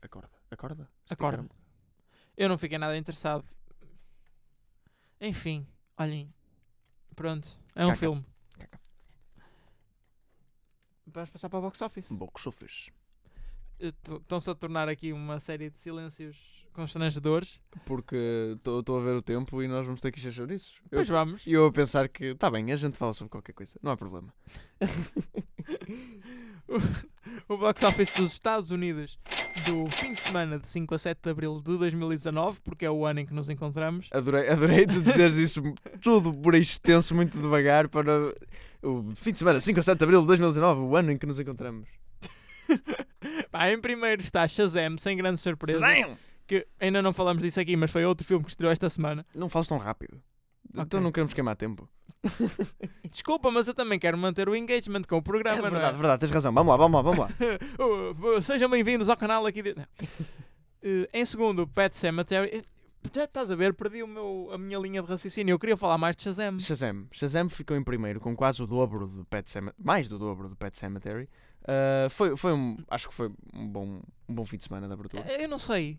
Speaker 3: a corda. A corda? Esticar
Speaker 2: Acorda.
Speaker 3: um-
Speaker 2: Eu não fiquei nada interessado. Enfim, olhem. Pronto. É um
Speaker 3: Caca.
Speaker 2: filme.
Speaker 3: Caca.
Speaker 2: Vamos passar para o box office.
Speaker 3: Box office.
Speaker 2: Estão-se a tornar aqui uma série de silêncios constrangedores.
Speaker 3: Porque estou a ver o tempo e nós vamos ter que encher chouriços. Eu-
Speaker 2: Pois vamos.
Speaker 3: E eu a pensar que, está bem, a gente fala sobre qualquer coisa, não há problema.
Speaker 2: O box office dos Estados Unidos do fim de semana de 5 a 7 de abril de 2019, porque é o ano em que nos encontramos.
Speaker 3: Adorei, adorei tu dizeres isso tudo por extenso, muito devagar, para o fim de semana, 5 a 7 de abril de 2019, o ano em que nos encontramos.
Speaker 2: Pá, em primeiro está Shazam, sem grande surpresa.
Speaker 3: Shazam!
Speaker 2: Que ainda não falamos disso aqui, mas foi outro filme que estreou esta semana.
Speaker 3: Não fales tão rápido.
Speaker 2: Ok.
Speaker 3: Então não queremos queimar tempo.
Speaker 2: Desculpa, mas eu também quero manter o engagement com o
Speaker 3: É
Speaker 2: programa, não
Speaker 3: verdade, verdade, tens razão. Vamos lá, vamos lá, vamos lá.
Speaker 2: Uh, uh, Sejam bem-vindos ao canal aqui. De... Não. Uh, em segundo, Pet Cemetery. Eh, Já estás a ver, perdi o meu, a minha linha de raciocínio. Eu queria falar mais de Shazam.
Speaker 3: Shazam. Shazam ficou em primeiro com quase o dobro do Pet Cemetery, mais do dobro do Pet Cemetery. Ah, foi, foi um, acho que foi um bom, um bom fim de semana de abertura.
Speaker 2: Eh, Eu não sei.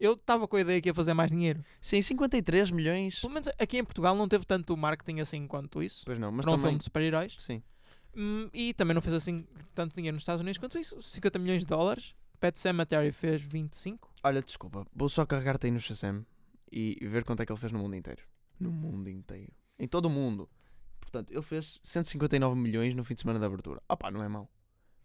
Speaker 2: Eu estava com a ideia que ia fazer mais dinheiro.
Speaker 3: Sim, 53 milhões.
Speaker 2: Pelo menos aqui em Portugal não teve tanto marketing assim quanto isso.
Speaker 3: Pois não, mas
Speaker 2: Para um
Speaker 3: também...
Speaker 2: filme de super-heróis.
Speaker 3: Sim.
Speaker 2: Hum, e também não fez assim tanto dinheiro nos Estados Unidos quanto isso. 50 milhões de dólares. Pet Cemetery fez 25.
Speaker 3: Olha, desculpa, vou só carregar-te aí no Shazam e ver quanto é que ele fez no mundo inteiro. No mundo inteiro. Em todo o mundo. Portanto, ele fez 159 milhões no fim de semana da abertura. Opá, não é mau.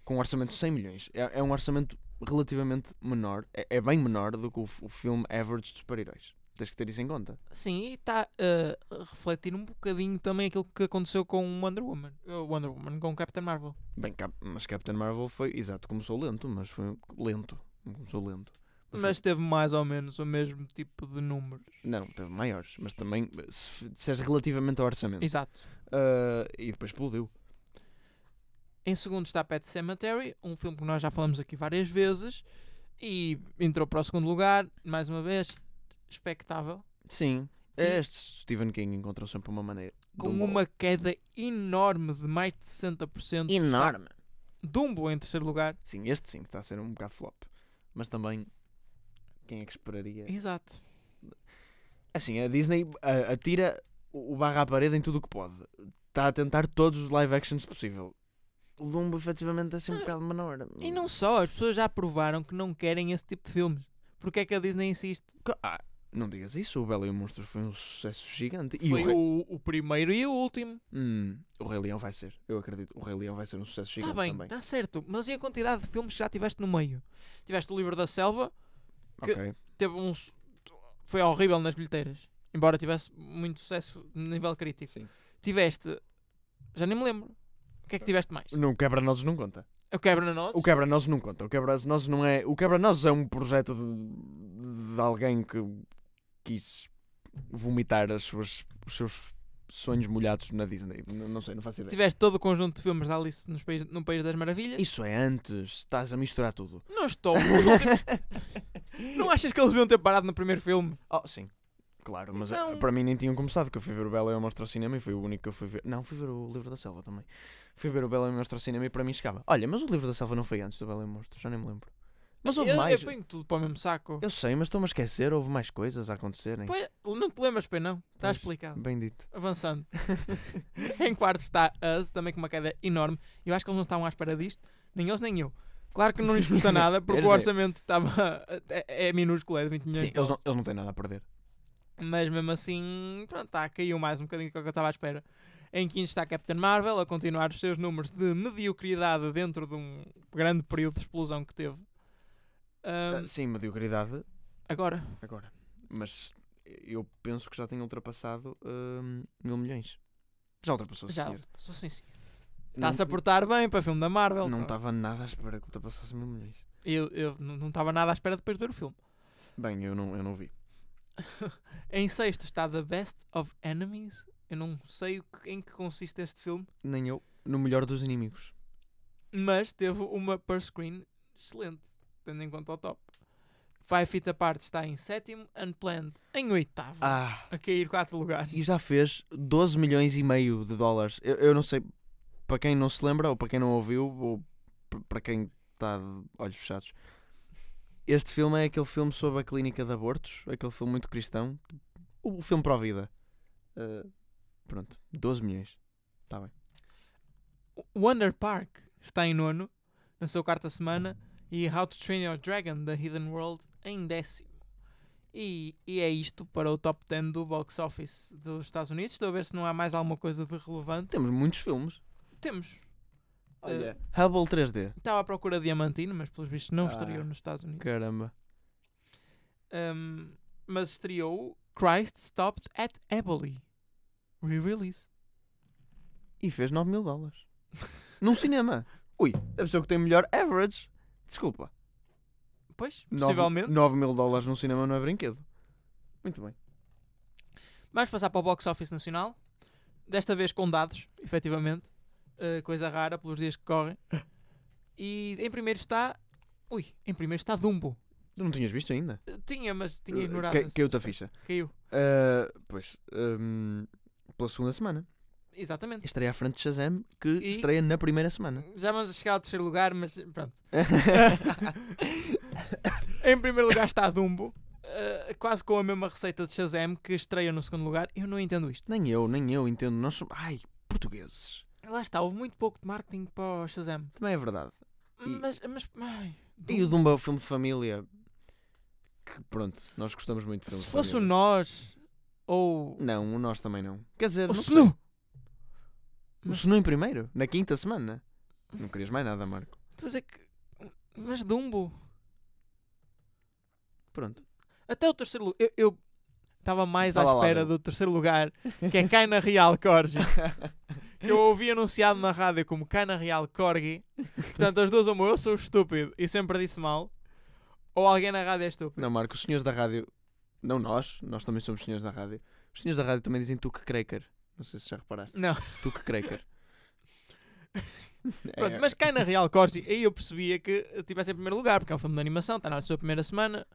Speaker 3: Com um orçamento de 100 milhões. É, é um orçamento relativamente menor. É, é bem menor do que o, f- o filme average de super-heróis. Tens que ter isso em conta.
Speaker 2: Sim, e está eh, a refletir um bocadinho também aquilo que aconteceu com Wonder Woman. Eh, Wonder Woman com Captain Marvel.
Speaker 3: Bem, Cap- mas Captain Marvel foi... Exato, começou lento, mas foi lento. Começou lento.
Speaker 2: Mas teve mais ou menos o mesmo tipo de números.
Speaker 3: Não, teve maiores. Mas também, se f- disseres relativamente ao orçamento.
Speaker 2: Exato.
Speaker 3: Ah, e depois explodiu.
Speaker 2: Em segundo está Pet Cemetery, um filme que nós já falamos aqui várias vezes. E entrou para o segundo lugar, mais uma vez, espectável.
Speaker 3: Sim. É,
Speaker 2: E-
Speaker 3: Este Stephen King encontrou sempre uma maneira.
Speaker 2: Com
Speaker 3: Dumbo.
Speaker 2: uma queda enorme de mais de 60%.
Speaker 3: Enorme.
Speaker 2: Dumbo em terceiro lugar.
Speaker 3: Sim, este sim está a ser um bocado flop. Mas também. Quem é que esperaria?
Speaker 2: Exato.
Speaker 3: Assim, a Disney ah, atira o o barra à parede em tudo o que pode. Está a tentar todos os live actions possível. O Dumbo efetivamente é assim um
Speaker 2: Ah,
Speaker 3: bocado menor.
Speaker 2: E não só, as pessoas já provaram que não querem esse tipo de filmes. Porque é que a Disney insiste?
Speaker 3: Co- Ah, não digas isso, o Belo e o Monstro foi um sucesso gigante. E
Speaker 2: Foi
Speaker 3: o, Rei...
Speaker 2: o, o primeiro e o último.
Speaker 3: Hum, o Rei Leão vai ser, eu acredito. O Rei Leão vai ser um sucesso
Speaker 2: Está
Speaker 3: gigante
Speaker 2: Tá bem,
Speaker 3: também.
Speaker 2: está certo. Mas e a quantidade de filmes que já tiveste no meio? Tiveste o Livro da Selva, que-
Speaker 3: Ok.
Speaker 2: teve um. su- Foi horrível nas bilheteiras. Embora tivesse muito sucesso no nível crítico.
Speaker 3: Sim.
Speaker 2: Tiveste. Já nem me lembro. O que é que tiveste mais?
Speaker 3: Não quebra-nozes não conta.
Speaker 2: O Quebra na Noz.
Speaker 3: O quebra-nozes não conta. O quebra-nozes não é. O quebra-nozes é um projeto de, de alguém que quis vomitar as suas, os seus sonhos molhados na Disney. N- não sei, não faço ideia.
Speaker 2: Tiveste todo o conjunto de filmes da Alice nos país, no País das Maravilhas.
Speaker 3: Isso é antes. Estás a misturar tudo.
Speaker 2: Não estou. os últimos- não achas que eles deviam ter parado no primeiro filme?
Speaker 3: Oh, sim. Claro, mas
Speaker 2: Então-
Speaker 3: eh, para mim nem tinham começado, que eu fui ver o Bela e o Monstro ao Cinema e foi o único que eu fui ver. Não, fui ver o Livro da Selva também. Fui ver o Bela e o Monstro ao Cinema e para mim chegava. Olha, mas o Livro da Selva não foi antes do Bela e o Monstro, já nem me lembro. Mas houve
Speaker 2: eu,
Speaker 3: mais.
Speaker 2: Eu ponho tudo para o mesmo saco.
Speaker 3: Eu sei, mas estou-me a esquecer, houve mais coisas a acontecerem.
Speaker 2: Pois, é. não te lembras, bem, não? Está
Speaker 3: Pois.
Speaker 2: explicado.
Speaker 3: Bendito.
Speaker 2: Avançando. em quarto está Us, também com uma queda enorme. Eu acho que eles não estavam à espera disto, nem eles nem eu. Claro que não lhes custa nada, porque o
Speaker 3: Eles é-
Speaker 2: orçamento estava. É, é minúsculo, é de 20 milhões.
Speaker 3: Sim, eles não, eles não têm nada a perder.
Speaker 2: Mas mesmo assim, pronto, tá, caiu mais um bocadinho do que eu estava à espera. Em quinto está a Captain Marvel, a continuar os seus números de mediocridade dentro de um grande período de explosão que teve. Ahm, Hum.
Speaker 3: Ah, sim, mediocridade.
Speaker 2: agora,
Speaker 3: Agora. Mas eu penso que já tenha ultrapassado hum, mil milhões. Já ultrapassou,
Speaker 2: já,
Speaker 3: senhor.
Speaker 2: sou sincero.
Speaker 3: Não-
Speaker 2: Está-se a portar bem para filme da Marvel.
Speaker 3: Não
Speaker 2: tá.
Speaker 3: estava nada à espera que ultrapassasse mil milhões.
Speaker 2: Eu, eu não não estava nada à espera depois de ver o filme.
Speaker 3: Bem, eu não, eu não vi.
Speaker 2: Em sexto está The Best of Enemies. Eu não sei o que- em que consiste este filme,
Speaker 3: Nem eu. No melhor dos inimigos.
Speaker 2: mas teve uma per screen excelente, tendo em conta o top. Five Feet Apart está em sétimo, Unplanned em oitavo,
Speaker 3: Ah!
Speaker 2: a cair quatro lugares.
Speaker 3: E já fez 12 milhões e meio de dólares. Eu, eu não sei, para quem não se lembra, ou para quem não ouviu, ou p- para quem está de olhos fechados, este filme é aquele filme sobre a clínica de abortos, aquele filme muito cristão, o o filme para a vida. Ah, pronto, 12 milhões. Está bem.
Speaker 2: Wonder Park está em nono, na sua quarta semana, e How to Train Your Dragon, The Hidden World, em décimo. E, e é isto para o top 10 do box office dos Estados Unidos. Estou a ver se não há mais alguma coisa de relevante.
Speaker 3: Temos muitos filmes.
Speaker 2: Temos.
Speaker 3: Olha, Hubble 3D.
Speaker 2: Estava à procura de diamantino, mas pelos vistos não
Speaker 3: Ah.
Speaker 2: estreou nos Estados Unidos.
Speaker 3: Caramba.
Speaker 2: Um, mas estreou Christ Stopped at Eboli. Re-release.
Speaker 3: E fez 9 mil dólares. Num cinema. Ui, deve ser o que tem melhor average. Desculpa.
Speaker 2: Pois,
Speaker 3: Nove-
Speaker 2: possivelmente.
Speaker 3: 9 mil dólares num cinema não é brinquedo. Muito bem.
Speaker 2: Vamos passar para o box office nacional. Desta vez com dados, efetivamente. Uh, coisa rara pelos dias que correm. E em primeiro está. Ui, em primeiro está Dumbo.
Speaker 3: Tu não tinhas visto ainda?
Speaker 2: Uh, Tinha, mas tinha ignorado.
Speaker 3: Cai-
Speaker 2: esse-
Speaker 3: Eh, Caiu-te a ficha.
Speaker 2: Caiu.
Speaker 3: Ah, pois, hum, pela segunda semana.
Speaker 2: Exatamente.
Speaker 3: Estreia à frente de Shazam, que
Speaker 2: E-
Speaker 3: estreia na primeira semana.
Speaker 2: Já vamos chegar ao terceiro lugar, mas eh, pronto. em primeiro lugar está Dumbo, eh, quase com a mesma receita de Shazam, que estreia no segundo lugar. Eu não entendo isto.
Speaker 3: nem eu, nem eu entendo. Nós somos... Ai, portugueses.
Speaker 2: Lá está, houve muito pouco de marketing para o Shazam.
Speaker 3: Também é verdade. E-
Speaker 2: Mas, mas ai,
Speaker 3: E o
Speaker 2: Dumbo.
Speaker 3: Dumbo é um filme de família. Que pronto, nós gostamos muito de filmes
Speaker 2: se
Speaker 3: de
Speaker 2: fosse o
Speaker 3: família.
Speaker 2: Nós ou
Speaker 3: Não, o nós também não. Quer dizer,
Speaker 2: o
Speaker 3: não sei.
Speaker 2: Snu,
Speaker 3: O Senu em primeiro, na quinta semana. Não querias mais nada, Marco.
Speaker 2: estou a dizer que- mas Dumbo,
Speaker 3: Pronto.
Speaker 2: até o terceiro lugar, eu- eu estava mais à
Speaker 3: Fala lá,
Speaker 2: espera
Speaker 3: Dumbo.
Speaker 2: do terceiro lugar, que é Cai na Real Corgi. que eu ouvi anunciado na rádio como Cana Real Corgi. Portanto, as duas, uma, eu sou estúpido e sempre disse mal, ou alguém na rádio é estúpido.
Speaker 3: Não, Marco, os senhores da rádio. Não nós, nós também somos senhores da rádio. Os senhores da rádio também dizem tu que cracker. Não sei se já reparaste.
Speaker 2: Não,
Speaker 3: Tu que cracker.
Speaker 2: pronto,
Speaker 3: É,
Speaker 2: mas Cai na Real Corgi, aí eu percebia que estivesse em primeiro lugar, porque é um filme de animação, está na sua primeira semana.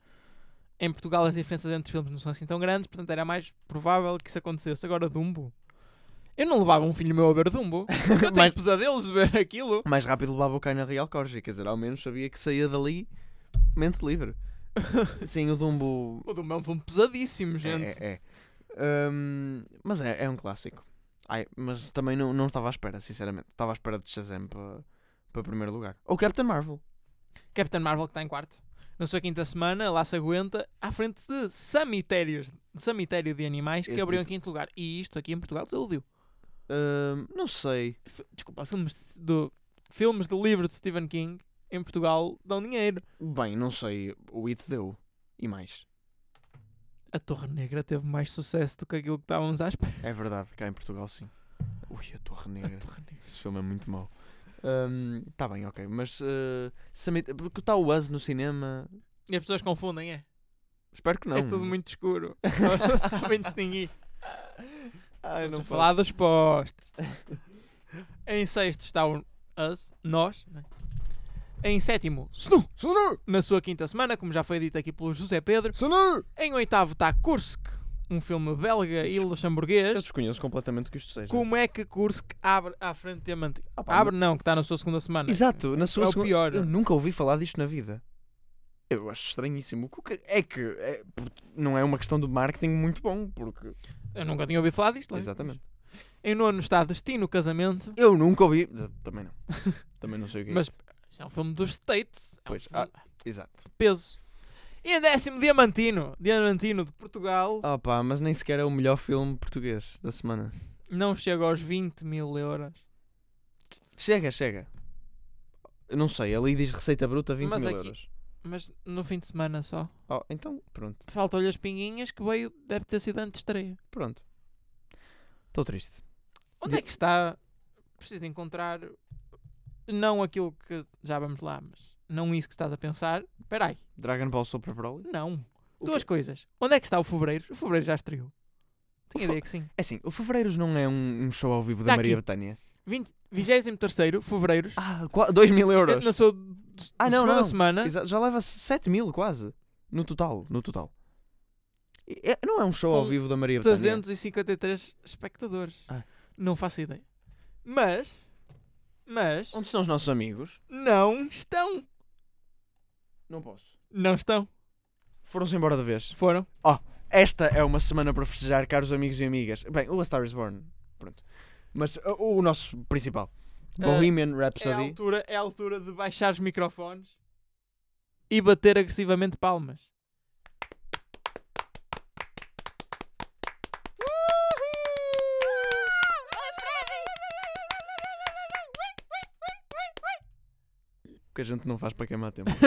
Speaker 2: Em Portugal as diferenças entre os filmes não são assim tão grandes, portanto era mais provável que isso acontecesse. Agora, Dumbo. Eu não levava um filho meu a ver Dumbo. Eu tenho
Speaker 3: Mas-
Speaker 2: pesadelos de ver aquilo.
Speaker 3: Mais rápido levava o cai na Real Corgi. Quer dizer, ao menos sabia que saía dali mente livre. Sim, o Dumbo.
Speaker 2: O Dumbo é um filme pesadíssimo, gente.
Speaker 3: É, é, é. Hum, mas é, é um clássico. Ai, mas também não, não estava à espera, sinceramente. Estava à espera de Shazam para para primeiro lugar. Ou Captain Marvel. é.
Speaker 2: Captain Marvel que está em quarto. Na sua quinta semana, lá se aguenta, à frente de cemitérios, de cemitério de animais, que
Speaker 3: Este
Speaker 2: abriu em
Speaker 3: tipo-
Speaker 2: quinto lugar. E isto aqui em Portugal desiludiu.
Speaker 3: Hum, não sei.
Speaker 2: F- Desculpa, filmes do filmes de livro de Stephen King em Portugal dão dinheiro.
Speaker 3: Bem, não sei. O It deu. E mais.
Speaker 2: A Torre Negra teve mais sucesso do que aquilo que estávamos à espera.
Speaker 3: É verdade, cá em Portugal sim. Ui, a Torre
Speaker 2: A
Speaker 3: Negra.
Speaker 2: Torre Negra.
Speaker 3: Esse filme é muito mau. Está bem, ok. Mas. eh, Summit- porque está o Us no cinema.
Speaker 2: E as pessoas confundem, é?
Speaker 3: Espero que não.
Speaker 2: É tudo muito escuro. Sabem distinguir.
Speaker 3: Ai,
Speaker 2: Vamos
Speaker 3: não
Speaker 2: a falar dos postes. em sexto está o Us, nós. né? Em sétimo, Snu.
Speaker 3: Sonu!
Speaker 2: na sua quinta semana, como já foi dito aqui pelo José Pedro.
Speaker 3: Sonu!
Speaker 2: Em oitavo está Kursk, um filme belga e
Speaker 3: Eu
Speaker 2: luxemburguês.
Speaker 3: desconheço completamente o que isto seja.
Speaker 2: Como é que Kursk abre à frente de Diamante?
Speaker 3: Ah, pá,
Speaker 2: Abre não, que está na sua segunda semana.
Speaker 3: Exato, na sua
Speaker 2: É o
Speaker 3: segunda-
Speaker 2: pior.
Speaker 3: Eu nunca ouvi falar disto na vida. Eu acho estranhíssimo. O que é que. é- porque não é uma questão de marketing muito bom, porque.
Speaker 2: Eu nunca tinha ouvido falar disto. lá.
Speaker 3: Exatamente.
Speaker 2: Em nono está Destino Casamento.
Speaker 3: Eu nunca ouvi. eh, Também não. Também não sei o que é.
Speaker 2: Mas Isso é um filme dos States. É um
Speaker 3: Pois,
Speaker 2: filme
Speaker 3: ah. Exato.
Speaker 2: de peso. E em décimo, Diamantino. Diamantino de Portugal.
Speaker 3: Ah pá, mas nem sequer é o melhor filme português da semana.
Speaker 2: Não chega aos 20 mil euros.
Speaker 3: Chega, chega. Eu Não sei, ali diz receita bruta 20
Speaker 2: Mas
Speaker 3: mil
Speaker 2: aqui-
Speaker 3: euros.
Speaker 2: Mas no fim de semana só.
Speaker 3: Oh, então, pronto,
Speaker 2: Faltam-lhe as pinguinhas que veio, deve ter sido antes de estreia.
Speaker 3: pronto. Estou triste.
Speaker 2: Onde é que está? Preciso encontrar não aquilo que já vamos lá, mas não isso que estás a pensar. Espera aí,
Speaker 3: Dragon Ball Super Broly?
Speaker 2: não.
Speaker 3: O
Speaker 2: Duas coisas. Onde é que está o Fevereiro? O Fevereiro já estreou. Tinha
Speaker 3: Fe-
Speaker 2: ideia que sim.
Speaker 3: É assim, o Fevereiros não é um, um show ao vivo
Speaker 2: Tá
Speaker 3: da Maria
Speaker 2: aqui.
Speaker 3: Betânia.
Speaker 2: 20 23º Fevereiro.
Speaker 3: Ah, 2 mil euros.
Speaker 2: Na sua na
Speaker 3: Ah, não,
Speaker 2: segunda
Speaker 3: não.
Speaker 2: semana.
Speaker 3: Exa- Já leva 7 mil quase. No total, no total. E- é- não é um show ao
Speaker 2: Com
Speaker 3: vivo da Maria Betânia.
Speaker 2: 353 espectadores.
Speaker 3: Ah.
Speaker 2: Não faço ideia. Mas, mas,
Speaker 3: Onde estão os nossos amigos?
Speaker 2: não estão.
Speaker 3: Não posso.
Speaker 2: Não estão.
Speaker 3: Foram-se embora de vez.
Speaker 2: Foram.
Speaker 3: Esta é uma semana para festejar, caros amigos e amigas. Bem, o A Star Is Born, pronto. Mas uh, o nosso principal, Bohemian
Speaker 2: É a,
Speaker 3: Rhapsody.
Speaker 2: altura, é a altura de baixar os microfones e bater agressivamente palmas.
Speaker 3: O que a gente não faz para queimar tempo.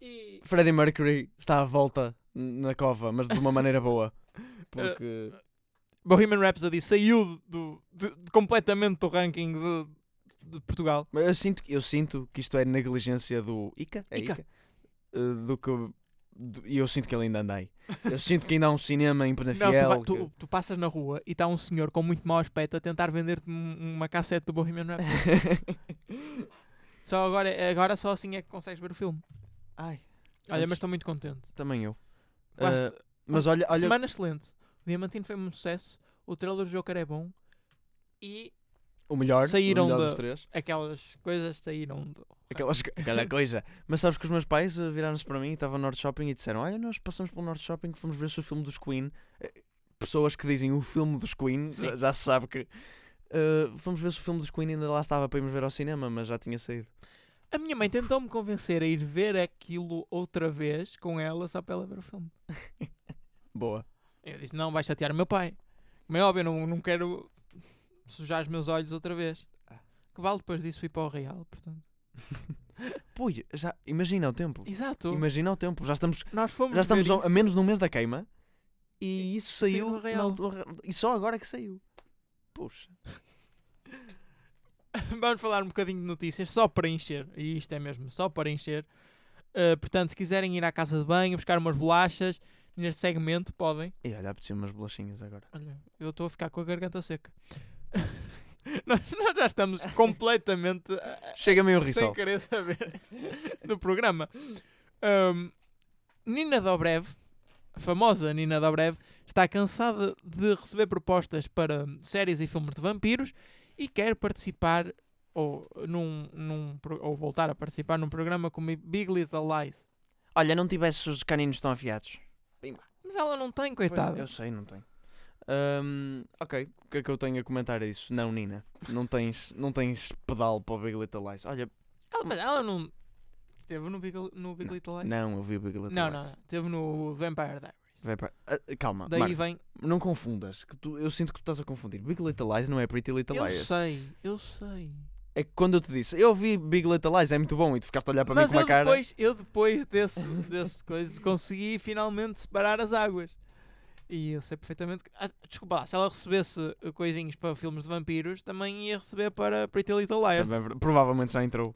Speaker 2: E
Speaker 3: Freddie Mercury está à volta n- na cova, mas de uma maneira boa. Porque.
Speaker 2: Bohemian Rhapsody saiu do, de- de- completamente do ranking de, de Portugal.
Speaker 3: Mas eu sinto, que- eu sinto que isto é negligência do Ica, é
Speaker 2: Ica.
Speaker 3: Ica? Uh, do que. do- E eu sinto que ele ainda anda aí. Eu sinto que ainda há um cinema em
Speaker 2: Não, tu,
Speaker 3: Penafiel.
Speaker 2: vai- tu-
Speaker 3: que-
Speaker 2: tu passas na rua e está um senhor com muito mau aspecto a tentar vender-te um- uma cassete do Bohemian Rhapsody. Só agora, agora só assim é que consegues ver o filme.
Speaker 3: Ai,
Speaker 2: Olha,
Speaker 3: Antes-
Speaker 2: mas estou muito contente.
Speaker 3: também eu.
Speaker 2: Quase-
Speaker 3: Uh, mas olha, olha.
Speaker 2: Semana excelente. O Diamantino foi um sucesso. O trailer do Joker é bom. E
Speaker 3: O melhor,
Speaker 2: saíram
Speaker 3: o melhor
Speaker 2: da-
Speaker 3: dos três.
Speaker 2: aquelas coisas saíram do...
Speaker 3: Aquelas, co- aquela coisa. Mas sabes que os meus pais eh, viraram-se para mim e estavam no Norte Shopping e disseram: Olha, nós passamos pelo Norte Shopping e fomos ver se o filme dos Queen. Eh, Pessoas que dizem o filme dos Queen,
Speaker 2: Sim.
Speaker 3: já, já se sabe que. eh, fomos ver se o filme dos Queen ainda lá estava para irmos ver ao cinema, mas já tinha saído.
Speaker 2: A minha mãe tentou-me convencer a ir ver aquilo outra vez com ela só para ela ver o filme.
Speaker 3: Boa.
Speaker 2: Eu disse, não, vai chatear o meu pai. Como é óbvio, eu não, não quero sujar os meus olhos outra vez.
Speaker 3: Ah.
Speaker 2: Que vale depois disso fui para o Real, portanto.
Speaker 3: Pui, já, imagina o tempo.
Speaker 2: Exato.
Speaker 3: Imagina o tempo. Já estamos,
Speaker 2: Nós fomos
Speaker 3: já estamos
Speaker 2: ver
Speaker 3: a, a
Speaker 2: isso.
Speaker 3: menos de um mês da queima e isso
Speaker 2: Saiu
Speaker 3: saiu.
Speaker 2: no
Speaker 3: na
Speaker 2: Real.
Speaker 3: altura- e só agora que saiu. Puxa.
Speaker 2: Vamos falar um bocadinho de notícias, só para encher, e isto é mesmo, só para encher. Uh, portanto, se quiserem ir à casa de banho, buscar umas bolachas, neste segmento, podem.
Speaker 3: E olha, apetecia umas bolachinhas agora.
Speaker 2: Olha, eu estou a ficar com a garganta seca. nós, nós já estamos completamente uh,
Speaker 3: Chega-me o
Speaker 2: sem
Speaker 3: risol.
Speaker 2: querer saber do programa. Ahm, Nina Dobrev, a famosa Nina Dobrev, está cansada de receber propostas para hum, séries e filmes de vampiros e quer participar ou, num, num pro- ou voltar a participar num programa como Big Little Lies.
Speaker 3: Olha, não tivesse os caninos tão afiados.
Speaker 2: Mas ela não tem, coitada.
Speaker 3: Eu sei, não tem. ok, o que é que eu tenho a comentar a isso? Não, Nina, não tens, não tens pedal para o Big Little Lies. Olha,
Speaker 2: Ela, mas ela não. Teve no Big, no Big Little Lies?
Speaker 3: não, eu vi o Big Little
Speaker 2: não,
Speaker 3: Lies.
Speaker 2: não. Teve no Vampire Diaries.
Speaker 3: Vai para- Ah, ah, calma,
Speaker 2: Daí
Speaker 3: Marco,
Speaker 2: vem.
Speaker 3: não confundas. Que tu, eu sinto que tu estás a confundir. Big Little Lies não é Pretty Little
Speaker 2: Eu
Speaker 3: Lies.
Speaker 2: sei, eu sei.
Speaker 3: É que quando eu te disse, eu vi Big Little Lies, é muito bom, e tu ficaste a olhar para
Speaker 2: Mas
Speaker 3: mim com
Speaker 2: eu
Speaker 3: uma cara.
Speaker 2: depois, eu depois desse, desse coisa consegui finalmente separar as águas. E eu sei perfeitamente que. Ah, desculpa lá, se ela recebesse uh, coisinhas para filmes de vampiros, também ia receber para Pretty Little Liars.
Speaker 3: Também é verdade, provavelmente já entrou.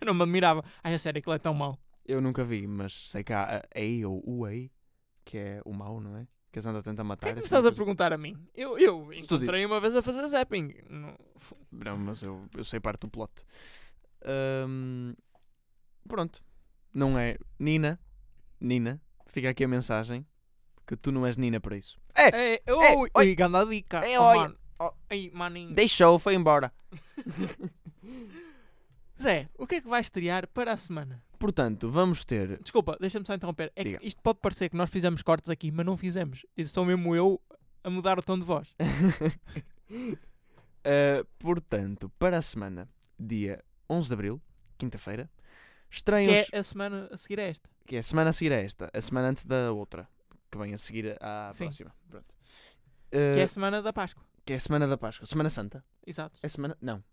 Speaker 2: Eu não me admirava. Ai, a sério, aquilo é tão mau.
Speaker 3: Eu nunca vi, mas sei que há a A ou o A, que é o mau, não é? Que eles andam a tentar matar.
Speaker 2: Porquê que me
Speaker 3: essas
Speaker 2: estás a
Speaker 3: coisas.
Speaker 2: perguntar a mim? Eu, eu
Speaker 3: diz.
Speaker 2: encontrei uma vez a fazer zapping. Não-
Speaker 3: Não, mas eu, eu sei parte do plot. Ahm, pronto. Não é. Nina. Nina. Fica aqui a mensagem que tu não és Nina para isso. É!
Speaker 2: É,
Speaker 3: é,
Speaker 2: oi,
Speaker 3: oi.
Speaker 2: ui, ganda dica.
Speaker 3: É,
Speaker 2: Oh,
Speaker 3: oi.
Speaker 2: mano.
Speaker 3: Oh.
Speaker 2: Ei, maninho.
Speaker 3: Deixou, foi embora.
Speaker 2: Zé, o que é que vais estrear para a semana?
Speaker 3: Portanto, vamos ter.
Speaker 2: Desculpa, deixa-me só interromper. É que
Speaker 3: Diga.
Speaker 2: isto pode parecer que nós fizemos cortes aqui, mas não fizemos. Isso sou mesmo eu a mudar o tom de voz.
Speaker 3: Ah, portanto, para a semana, dia 11 de Abril, quinta-feira.
Speaker 2: Que
Speaker 3: Estreiam-se
Speaker 2: é a semana a seguir a esta.
Speaker 3: que é a semana a seguir a esta, a semana antes da outra, que vem a seguir à
Speaker 2: Sim.
Speaker 3: próxima. Pronto.
Speaker 2: Que é
Speaker 3: Eh,
Speaker 2: a semana da Páscoa.
Speaker 3: que é a semana da Páscoa, Semana Santa.
Speaker 2: Exato.
Speaker 3: É semana. Não.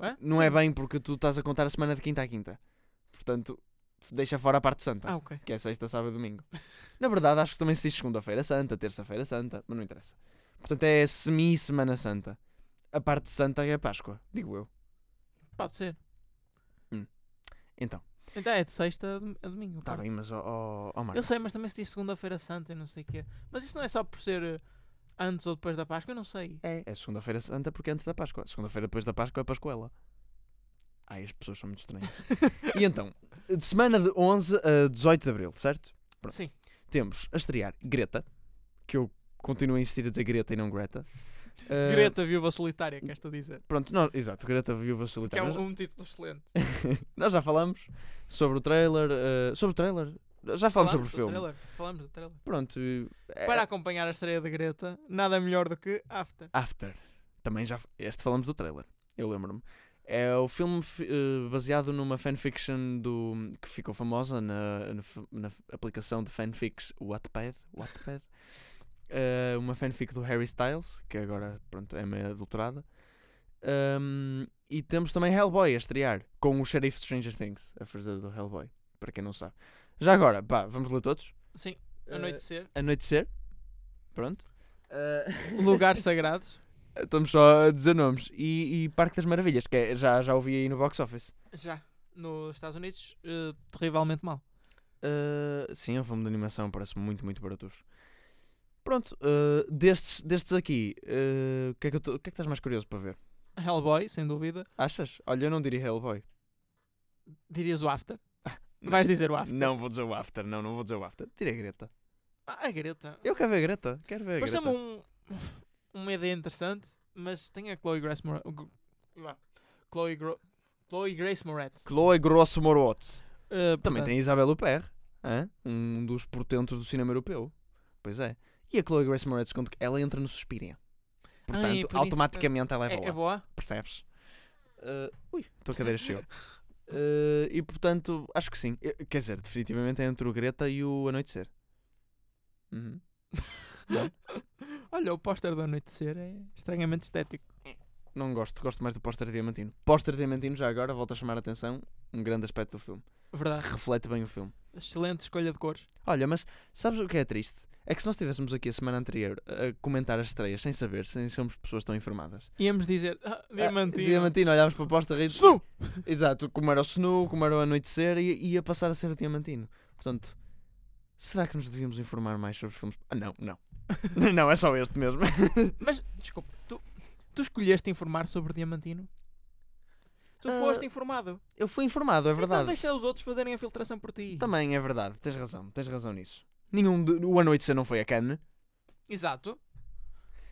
Speaker 2: Hã?
Speaker 3: Não é
Speaker 2: Sim.
Speaker 3: bem porque tu estás a contar a semana de quinta a quinta. Portanto, deixa fora a parte santa,
Speaker 2: Ah, ok.
Speaker 3: que é sexta, sábado e domingo. Na verdade, acho que também se diz segunda-feira santa, terça-feira santa, mas não interessa. Portanto, é semi-semana santa. A parte santa é a Páscoa, digo eu.
Speaker 2: Pode ser.
Speaker 3: Então,
Speaker 2: Então é de sexta a dom- a domingo.
Speaker 3: está
Speaker 2: claro.
Speaker 3: Tá bem, mas ó ó- ó, Marco.
Speaker 2: Ah. Eu sei, mas também se diz segunda-feira santa e não sei o quê. Mas isso não é só por ser eh, antes ou depois da Páscoa, eu não sei.
Speaker 3: É. É segunda-feira santa porque é antes da Páscoa. Segunda-feira depois da Páscoa é Pascoela. Ai, as pessoas são muito estranhas. e então, de semana de 11 a 18 de Abril, certo? Pronto.
Speaker 2: Sim.
Speaker 3: Temos a estrear Greta, que eu continuo a insistir a dizer Greta e não Greta. Ah,
Speaker 2: Greta Viúva Solitária, queres tu dizer?
Speaker 3: Pronto, nós, exato, Greta Viúva
Speaker 2: Que é
Speaker 3: Solitária.
Speaker 2: um, um título excelente.
Speaker 3: Nós- nós já falamos sobre o trailer. ah, sobre o trailer? Já falamos sobre o
Speaker 2: do
Speaker 3: filme.
Speaker 2: trailer, Falamos do trailer.
Speaker 3: Pronto. e- é-
Speaker 2: Para acompanhar a estreia de Greta, nada melhor do que After.
Speaker 3: After. Também já. Este falamos do trailer. Eu lembro-me. É o filme fi- eh, baseado numa fanfiction do, que ficou famosa na, na f- na f- aplicação de fanfics Wattpad. Wattpad. Eh, uma fanfic do Harry Styles, que agora pronto, é meio adulterada. Ahm, e temos também Hellboy a estrear, com o xerife de Stranger Things, a fazer do Hellboy, para quem não sabe. Já agora, pá, vamos ler todos.
Speaker 2: Sim,
Speaker 3: Eh,
Speaker 2: Anoitecer.
Speaker 3: Anoitecer. Pronto.
Speaker 2: Lugares Sagrados.
Speaker 3: Estamos só a dizer nomes. E, e Parque das Maravilhas, que é- já, já ouvi aí no box office.
Speaker 2: Já. Nos Estados Unidos, eh, terrivelmente mal.
Speaker 3: Uh, sim, é um filme de animação, parece muito, muito baratos. Pronto, uh, destes, destes aqui, uh, o que, é que eu tô- o que é que estás mais curioso para ver?
Speaker 2: Hellboy, sem dúvida.
Speaker 3: Achas? Olha, eu não diria Hellboy.
Speaker 2: Dirias o After.
Speaker 3: Não.
Speaker 2: Vais dizer o After.
Speaker 3: Não vou dizer o After, não, não vou dizer o After. Tira a Greta.
Speaker 2: Ah, a Greta.
Speaker 3: Eu quero ver a Greta, quero ver a Greta.
Speaker 2: Pareceu-me um, uma ideia interessante, mas tem a Chloe Grace Moretz. Chloe, Gro- Chloe Grace Moretz.
Speaker 3: um- Chloe Grosso Morote.
Speaker 2: Eh,
Speaker 3: Também
Speaker 2: portanto,
Speaker 3: tem a Isabel Huppert, hã? um dos portentos do cinema europeu. Pois é. E a Chloe Grace Moretz, quando ela entra no Suspiria. Portanto,
Speaker 2: por isso-
Speaker 3: automaticamente ela é boa.
Speaker 2: É, é boa?
Speaker 3: percebes? Uh, ui, a tua cadeira chegou. Uh, e portanto, acho que sim. Eu- quer dizer, definitivamente é entre o Greta e o Anoitecer. Uhum. Não.
Speaker 2: Olha, o póster do anoitecer é estranhamente estético.
Speaker 3: Não gosto, gosto mais do póster diamantino. Póster diamantino, já agora, volto a chamar a atenção. Um grande aspecto do filme.
Speaker 2: Verdade.
Speaker 3: Reflete bem o filme.
Speaker 2: Excelente escolha de cores.
Speaker 3: Olha, mas sabes o que é triste? É que se nós estivéssemos aqui a semana anterior a comentar as estreias sem saber, sem sermos pessoas tão informadas.
Speaker 2: Íamos dizer ah, diamantino.
Speaker 3: Ah, diamantino, olhámos para o póster e
Speaker 2: Snu!
Speaker 3: Exato, como era o Snu, como era o Anoitecer e e ia passar a ser o Diamantino. Portanto, será que nos devíamos informar mais sobre os filmes? Ah, não, não. não, é só este mesmo.
Speaker 2: Mas, desculpa, tu, tu escolheste informar sobre diamantino? Tu
Speaker 3: Ah,
Speaker 2: foste informado.
Speaker 3: Eu fui informado, é
Speaker 2: Então
Speaker 3: verdade.
Speaker 2: deixa os outros fazerem a filtração por ti.
Speaker 3: Também é verdade, tens razão, tens razão nisso. Nenhum de, o Anoitecer não foi a Cannes.
Speaker 2: Exato.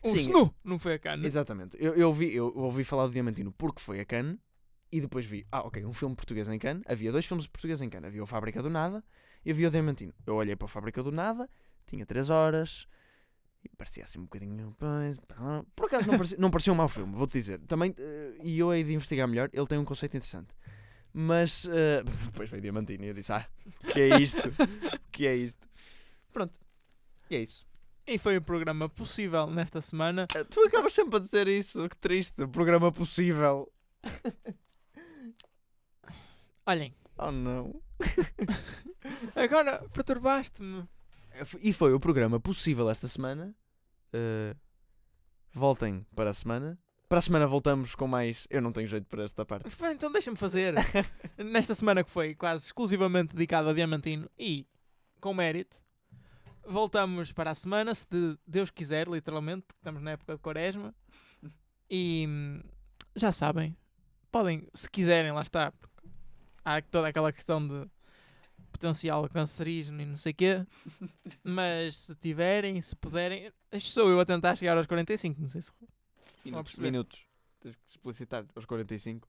Speaker 2: O
Speaker 3: Sim.
Speaker 2: Snu não foi a cana.
Speaker 3: Exatamente. Eu, eu vi, eu ouvi falar do Diamantino porque foi a Cannes e depois vi, ah, ok, um filme português em Cannes. Havia dois filmes portugueses em Cannes. Havia o Fábrica do Nada e havia o Diamantino. Eu olhei para o Fábrica do Nada, tinha 3 horas e parecia assim um bocadinho. pois, pá, Por acaso não parecia, não parecia um mau filme, vou-te dizer. Também, eh, e eu hei de investigar melhor, ele tem um conceito interessante. Mas eh, depois veio Diamantino e eu disse, ah, que é isto? que é isto? Pronto. E é isso.
Speaker 2: E foi o programa possível nesta semana.
Speaker 3: Ah, Tu acabas sempre a dizer isso, que triste. O programa possível.
Speaker 2: Olhem,
Speaker 3: Oh não.
Speaker 2: agora perturbaste-me.
Speaker 3: É, E foi o programa possível esta semana. Eh, voltem para a semana. Para a semana voltamos com mais. Eu não tenho jeito para esta parte.
Speaker 2: Mas, pá, Então deixa-me fazer. Nesta semana que foi quase exclusivamente dedicada a Diamantino e com mérito, voltamos para a semana, se de- Deus quiser, literalmente, porque estamos na época de Quaresma. E hum, já sabem, podem, se quiserem, lá está. porque Há toda aquela questão de potencial cancerígeno e não sei quê. Mas se tiverem, se puderem. Este sou eu a tentar chegar aos 45, não sei se. Não
Speaker 3: Minutos.
Speaker 2: percebi.
Speaker 3: minutos. Tens que explicitar aos 45.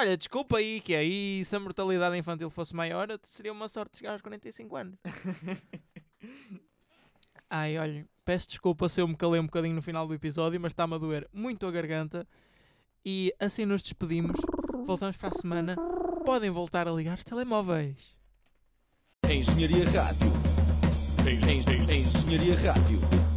Speaker 2: Olha, desculpa aí que aí se a mortalidade infantil fosse maior, eu te- seria uma sorte chegar aos 45 anos. Ai, olha, peço desculpa se eu me calei um bocadinho no final do episódio, mas está-me a doer muito a garganta E assim nos despedimos. Voltamos para a semana. Podem voltar a ligar os telemóveis.
Speaker 4: Engenharia Rádio. Engenharia Rádio.